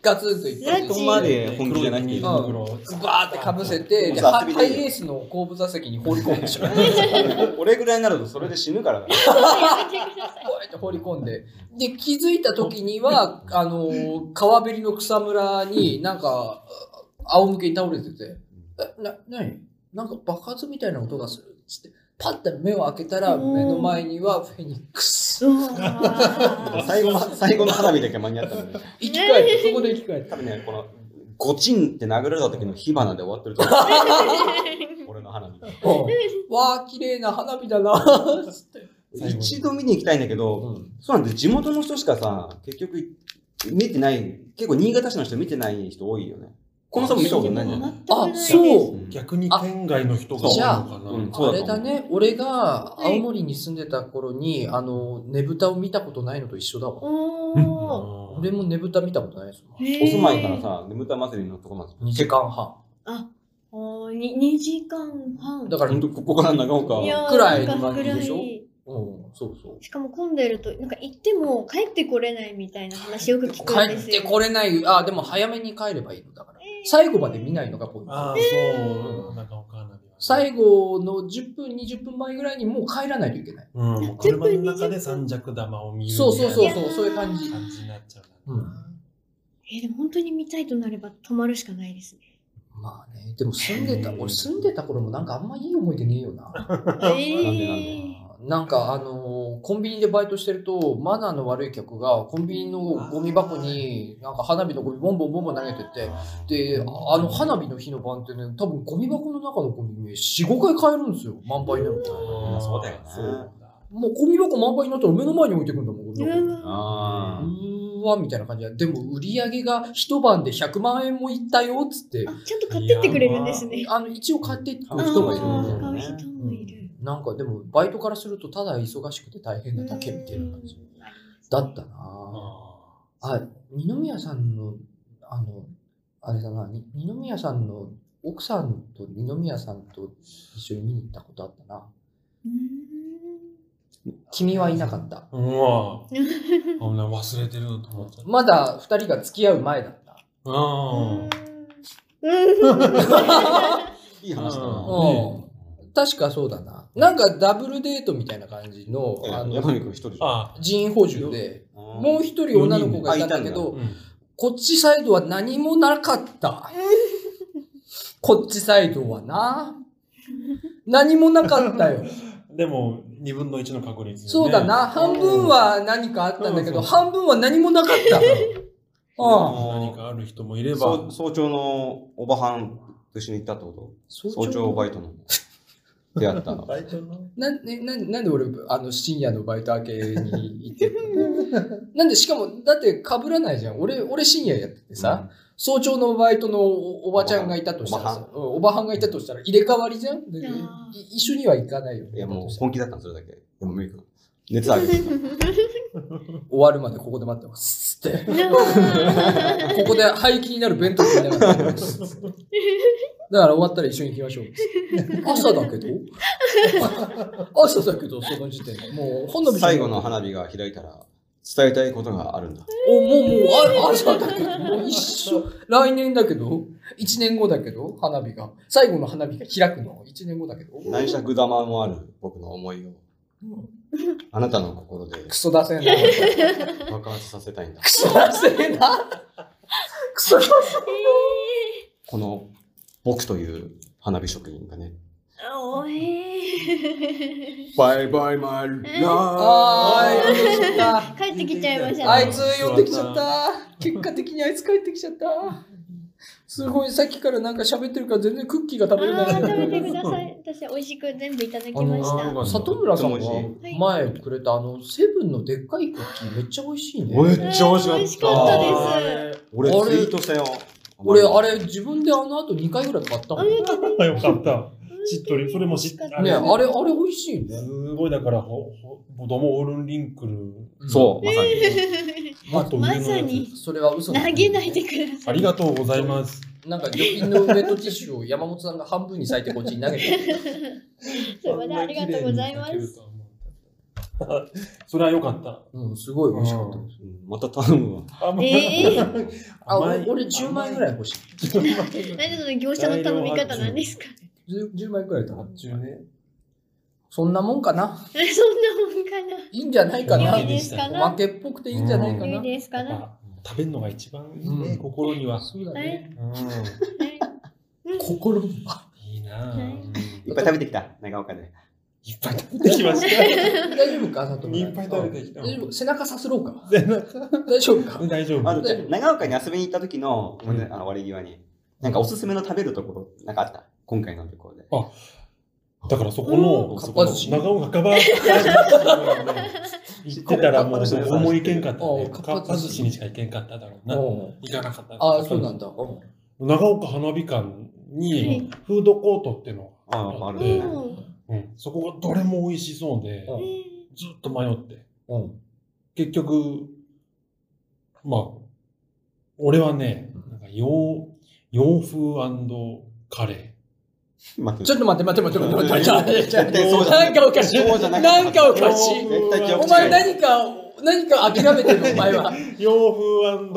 ガツンと一発、
ラ
そ
ジ
こまで本気じゃなくていい。
うんバーってかぶせて、で
そう
ハ
遊び
ハ
たいよ
イエースの後部座席に放り込んでしまう。こ
俺ぐらいになるとそれで死ぬからだ。
うやって放り込んで。で、気づいた時には、あの、川べりの草むらになんか、仰向けに倒れてて、え、な、なになんか爆発みたいな音がするっつって、パッて目を開けたら、
うん
目の前にはフェニックス。
うわ
最後の、最後の花火だけ間に合ったんだよ。
生き返って、そこで生き返って
多。分ね、この、ゴチンって殴られた時の火花で終わってると思 う。俺の花火。
わあ、綺麗な花火だなーっつって。
最後に
一度見に行きたいんだけど、そうなんです。地元の人しかさ、結局、見てない、結構新潟市の人見てない人多いよね。この人も見たことないんじゃない
全くない
あ、
です。
そう。
逆に県外の人が多いのかな。
うんそ
あ
うだ
れ
と思う
だね、俺が青森に住んでた頃に、あの、ねぶたを見たことないのと一緒だわ。
おー。
あ
俺もねぶた見たことないですもん。
へー
お住まいから。さ、ねぶた祭りのとこまで。
2時間半。
あ、おー、に2時間半。
だから、
ほんと、ここから長岡。
いやー
くらいの
なんか
感じでしょ
くらい
うん、そうそう。
しかも混んでると、なんか行っても帰ってこれないみたいな話よく聞くん
帰
で
っ
す
て
よ。
これない。あ、でも早めに帰ればいいのだから。最後まで見ないのがポイント。
あー、そう。なんかおかなりは。
最後の10分、20分前ぐらいにもう帰らないといけない。
うん、もう車の中で三尺玉を見るみたい
そうそ
な
うそう
い
そ
や
う、
ー
そういう感じ。
感じになっちゃう
う
な。
ん。
えーでも本当に見たいとなれば止まるしかないですね。
まあね、でも住んでた、
うん
俺住んでた頃もなんかあんまいい思い出ねえよ な。
え
で
ー、
な
なん
んかあのーコンビニでバイトしてるとマナーの悪い客がコンビニのゴミ箱になんか花火のゴミボンボンボンボン投げてってであの花火の日の晩ってね多分ゴミ箱の中のゴミね45回変えるんですよ満杯になると
あー
そうだよね
そうなんだ。
もうゴミ箱満杯になったら目の前に置いてくんだもんゴミ箱
うわ
あー
うーわみたいな感じででも売り上げが一晩で100万円もいったよっつって
あ、ちゃんと買ってってくれるんですね。
あの一応買っていく
あ
人がいる
ー
んだよ
買う
ね
人もいる。
なんかでもバイトからするとただ忙しくて大変なだけみたいな感じ
うん
だったなああ二宮さんのあのあれだなに二宮さんの奥さんと二宮さんと一緒に見に行ったことあったな
う
君はいなかった
うわ
ーん
こんな忘れてると思っちゃった。
まだ二人が付き合う前だった
あ
いい話だな。
うん確かそうだななんかダブルデートみたいな感じのあ
あの、山
の
根君一人じゃん。
あ。
人員補充でも
も
う一人女の子がいたんだけ
あいたん
ど
だ
うん。
こっちサイドは何もなかった。こっちサイドはな。何もなかった よ。
でも、二分の一の確率、ね。
そうだな。半分は何かあったんだけど、
うん
半分は何もなかった。
うん。
ああ
何かある人もいれば
そう。早朝のおばはんと一緒に行ったってこ
早
と早朝バイトの。出会ったの。
バイトの
なねななんで俺あの深夜のバイト明けに行って るのなんでしかもだって被らないじゃん俺俺深夜やっててさ、早朝のバイトのおおばちゃんがいたとしたらさうんおばはんがいたとしたら入れ替わりじゃんで
あー
い一緒には行かないよね
いや、も
だ
う
としたら
本気だったの、それだけ。でも、メイク。熱上げてた。
終わるまでここで待ってます。つって。
う
ここで廃棄になる弁当食いながら待ってます。つってだから終わったら一緒に行きましょう。つって朝だけど 朝だけど、その時点で。もう、ほんのび
最後の花火が開いたら、伝えたいことがあるんだ。
お、もう、もう、あ朝だけど、もう一緒。来年だけど、一年後だけど、花火が。最後の花火が開くの、一年後だけど。
内尺玉もある、僕の思いを。あなたの心で
クソ出せんな。
爆発させたいんだ
ク。ソ出せん な。クソ出せんな。
この、僕という花火職人がね。
おえ
バイバイマイラ
あー、よかった。
ー、帰ってきちゃいまし
あ
た
い
ね。
つ寄ってきちゃった。結果的にあいつ帰ってきちゃった。すごい、さっきからなんか喋ってるから全然クッキーが
あ
食べれない。
ー食べてください。私、美味しく全部いただきました。
あ
里村さんが前くれたあのセブンのでっかいクッキーめっちゃ美味しいね。
っちゃ美味しかった美味しかったです。
俺、ツイートしたよ。
俺あれ自分であの後2回ぐらい買ったもん。ね
あ、よかった。しっとり、それもしっと
ね
り。
あれあれ美味しいね。
すごい、だから、ほ、ほ、子供オルンリンクル。
そう、まさに。
もっと上のや
ま
つ
さに
う。それは嘘だ
投げないでくださ
あ
い。
りがとうございます。
なんか預金のウェットティッシュを山本さんが半分に裂いてこっちに投げて。
それまでありがとうございます。。
それは良かった。
うん、すごい美味しかった。
うんまた頼むわ。
あ、もう
ええ
あ、俺10枚ぐらい。欲しい。
何その業者の頼み方なんですか
10, 枚ぐらいだな
甘い中ね。
そんなもんかな。
そんなもんか
いいんじゃないかな
な。い。いですか
おま
な
けっぽくていいんじゃないか
い
な。
いですかな
食べるのが一番いいね、
うん
心には。
そうだ
は
ね。
い。
うん、
はい
心には。
いいな
は
ぁ、
い
うん
いっぱい食べてきた、長岡で。
いっぱい食べてきました。
大丈夫かなと
いっぱい食べてきた。
大丈夫背中さすろうか。
全
大
然
丈夫か。
大丈
あ
夫。
のじゃあ長岡に遊びに行った時の、ごめんねあの終わり際に、なんかおすすめの食べるところ、なんかあった今回の旅行で。
あ
あ
だからそこの、
うん
そこ
かっ
の
ぱ寿司
長尾がかば、行ってたらもう僕も行けんかったね。
あ
かっぱ寿司にしか行けんかっただろうな。行
うん
かなかった。
ああ、そうなんだ。うん
長岡花火館にフードコートっていうのがあっ
う
て、
ん。
うんそこがどれも美味しそうで、
うん
ずっと迷って。
うん。
結局、まあ、俺はね、なんか洋洋風カレ
待
ちょっと待って待って待って待って待って。
絶対そうじゃ
な
ない
んかおかしい。
そうじゃなかった
なんかお
ー。
かしい。
絶対記憶違う
お前何か、何か諦めてるのお前は。
洋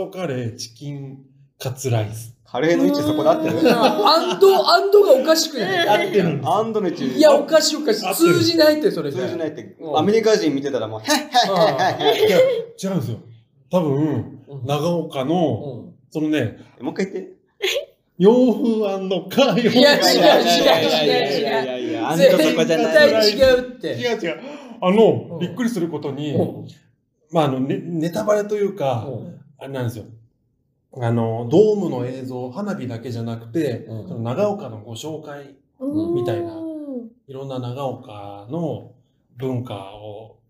風カレーチキンカツライス。
カレーの位置そこだってる。
アンド、アンドがおかしくない。
合ってるんです
アンドの位置。
いや、おかしいおかしい。通じないって、それ
通じないって
う。ん
アメリカ人見てたらもう、へっへっへっへっへ
いや違うんですよ。多分、
うん
長岡の、
うん
そのね、
もう一回言って。
洋風カレー。
いや違う違う
いやいやいやいやいやいやいやいやいや、アンドそこ
絶
じゃ
絶
ない。
対違うって。
違う違う。あの、
うん
びっくりすることに、
うん
まあ、あの、ね、ネタバレというか、あれなんですよ。あの、ドームの映像、花火だけじゃなくて、
うん
その長岡のご紹介、
うん。
みたいな
うん
いろんな長岡の文化を、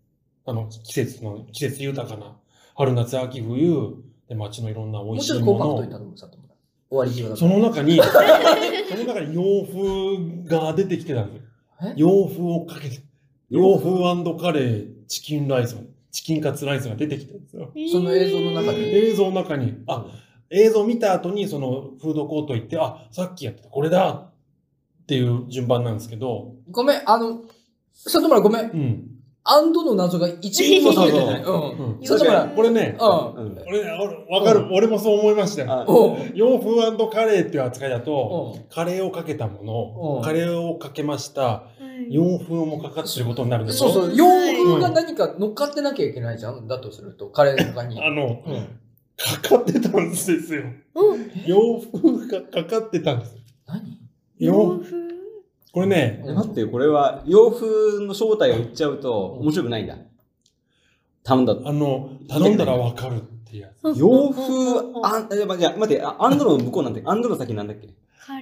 あの、季節の、季節豊かな、春夏秋冬、で、街のいろんな美
もう
味し
ちょっ
い
とコ
も
ンパクトに
の、
頼むさ、終わり際だ
その 中に、その中に洋風が出てきてたんです
え
よ。洋風をかけて、洋風カレー、チキンライス、チキンカツライスが出てきてるんですよ。
その映像の中で。
映像の中に、あ、映像見た後にそのフードコート行って、あ、さっきやってたこれだっていう順番なんですけど、
ごめん、あの、里村ごめん。
うん。
アンドの謎が一ミリも消えてない。う。
うんん、
里村、
これね、
うん。
うん
俺ね、俺わかる、
う
俺もそう思いましたよ。
あ
おう
洋風カレーっていう扱いだと、
おう
カレーをかけたも
うん
の、カレーをかけました、
はい
洋風もかかってることになるでしょ
そうそう、洋風が何か乗っかってなきゃいけないじゃん。だとすると、カレーの他に。
あの、
うん。
かかってたんですよ。
うん
洋風がかかってたんです。
何
洋
洋
風
これね、
え待ってよ、これは洋風の正体を言っちゃうと面白くないんだ。頼んだ。
あの、頼んだらわかるっていうやつ。
洋風、あ、えまじゃあ待って、あアンドの向こうなんて、アンドの先なんだっけ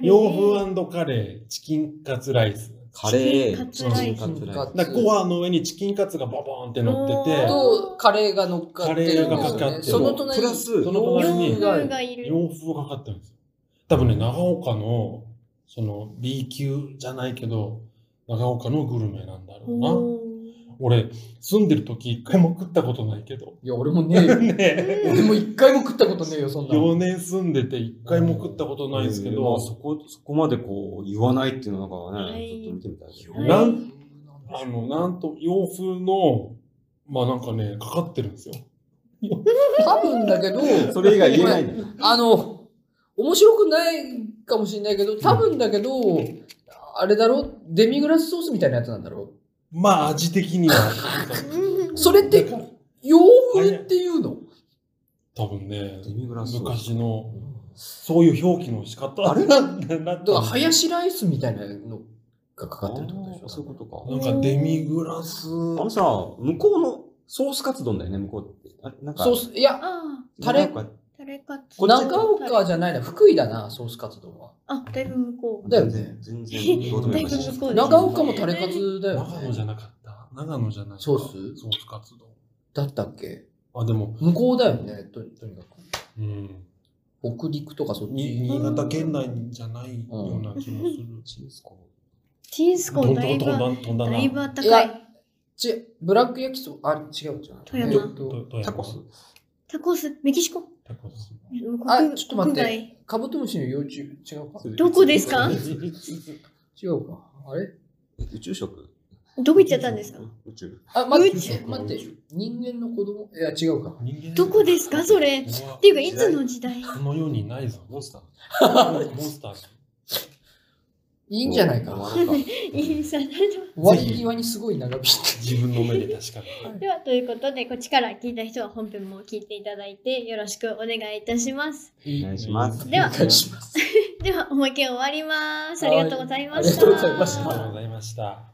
洋風カレー、チキンカツライス。
カレー、
チキンカツライス
チキンカツライス
だからご飯の上にチキンカツがバボーンって乗ってて、
とカレーが乗っかってるんです
カレーがか
よね。
かってる
その隣
プ
に
ラス、
その隣
洋
に
風がいる。
洋風がかかってるんですよ。多分ね、長岡の、その B 級じゃないけど、長岡のグルメなんだろうな。俺、住んでる時一回も食ったことないけど。
いや、俺もねえよ。
ね
俺も一回も食ったことねえよ、そんなの。
4年住んでて一回も食ったことないんですけ
えーまあ
ど
そ、こ、そこまでこう、言わないっていうのがね、
はい
ちょっと見てみたいですね。
はい
なんあの、なんと洋風の、まあなんかね、かかってるんですよ。
多分だけど、
それ以外言えないんだよ。
あの、面白くないかもしれないけど、多分だけど、あれだろデミグラスソースみたいなやつなんだろ
まあ味的には。
うん
それって洋風っていうの
多分ね、
デミグラス。
昔の、そういう表記の仕方あれ なんだな
だか
と
ら、
思って。
ハヤシライスみたいなのがかかってるってことでし
あ
ょ
ーそういうこと
なんかデミグラス。
か。あのさ、向こうのソースカツ丼だよね、向こうって。あれなんか、
ソース、いや、
あ
タレ
なんか
あ、タレカツ。
こっち
なん
長岡じゃないな、福井だな、ソースカツ丼は。
あ、だいぶ向こ
だよね
全然、全然どうでもいい
だいぶ向こう
話。
です
長岡もタレカツだよ
長野じゃ
ね。
なかった。長野じゃないか。
ソース
ソースカツ丼。
だったっけ
あ、でも、
向こうだよね、ととにかく。
うん。
北陸とかそっち。
に新潟県内じゃないような気もする。
チーズコ
う。チーズコ
飛
ーン
んだ
だ
飛
いぶ、
んだ飛んだ
だ。
ない
ぶあった
い
かい
や。ち、ブラック焼きそば、あ、違うじゃん。
富山
えっと
と
ータコス。
タコス、メキシコ。
タコス。
もう国
あ、ちょっと待っ
国
て
外。
カブトムシの幼虫、違うか
どこですか
違うか。あれ
宇宙食
どこ行っちゃったんですか
宇宙。
あ、待っ
う
て
ち、
待って。人間の子供いや、違うか。
どこですかそれ。っ
うわ
ていうか、いつの時代
この世にないぞ。モンス ター。モンスター。
いいんじゃないか。
終わるか
いいさ、なる
終わり際にすごい長引いて。
自分の目で確かめ
とでは、ということで、こっちから聞いた人は本編も聞いていただいて、よろしくお願いいたします。
お願いし ます。
では
お願いします。
では、おまけ終わります。ありがとうございました。
はいありがとうございま
た。
し
ありがとう
た
ございました。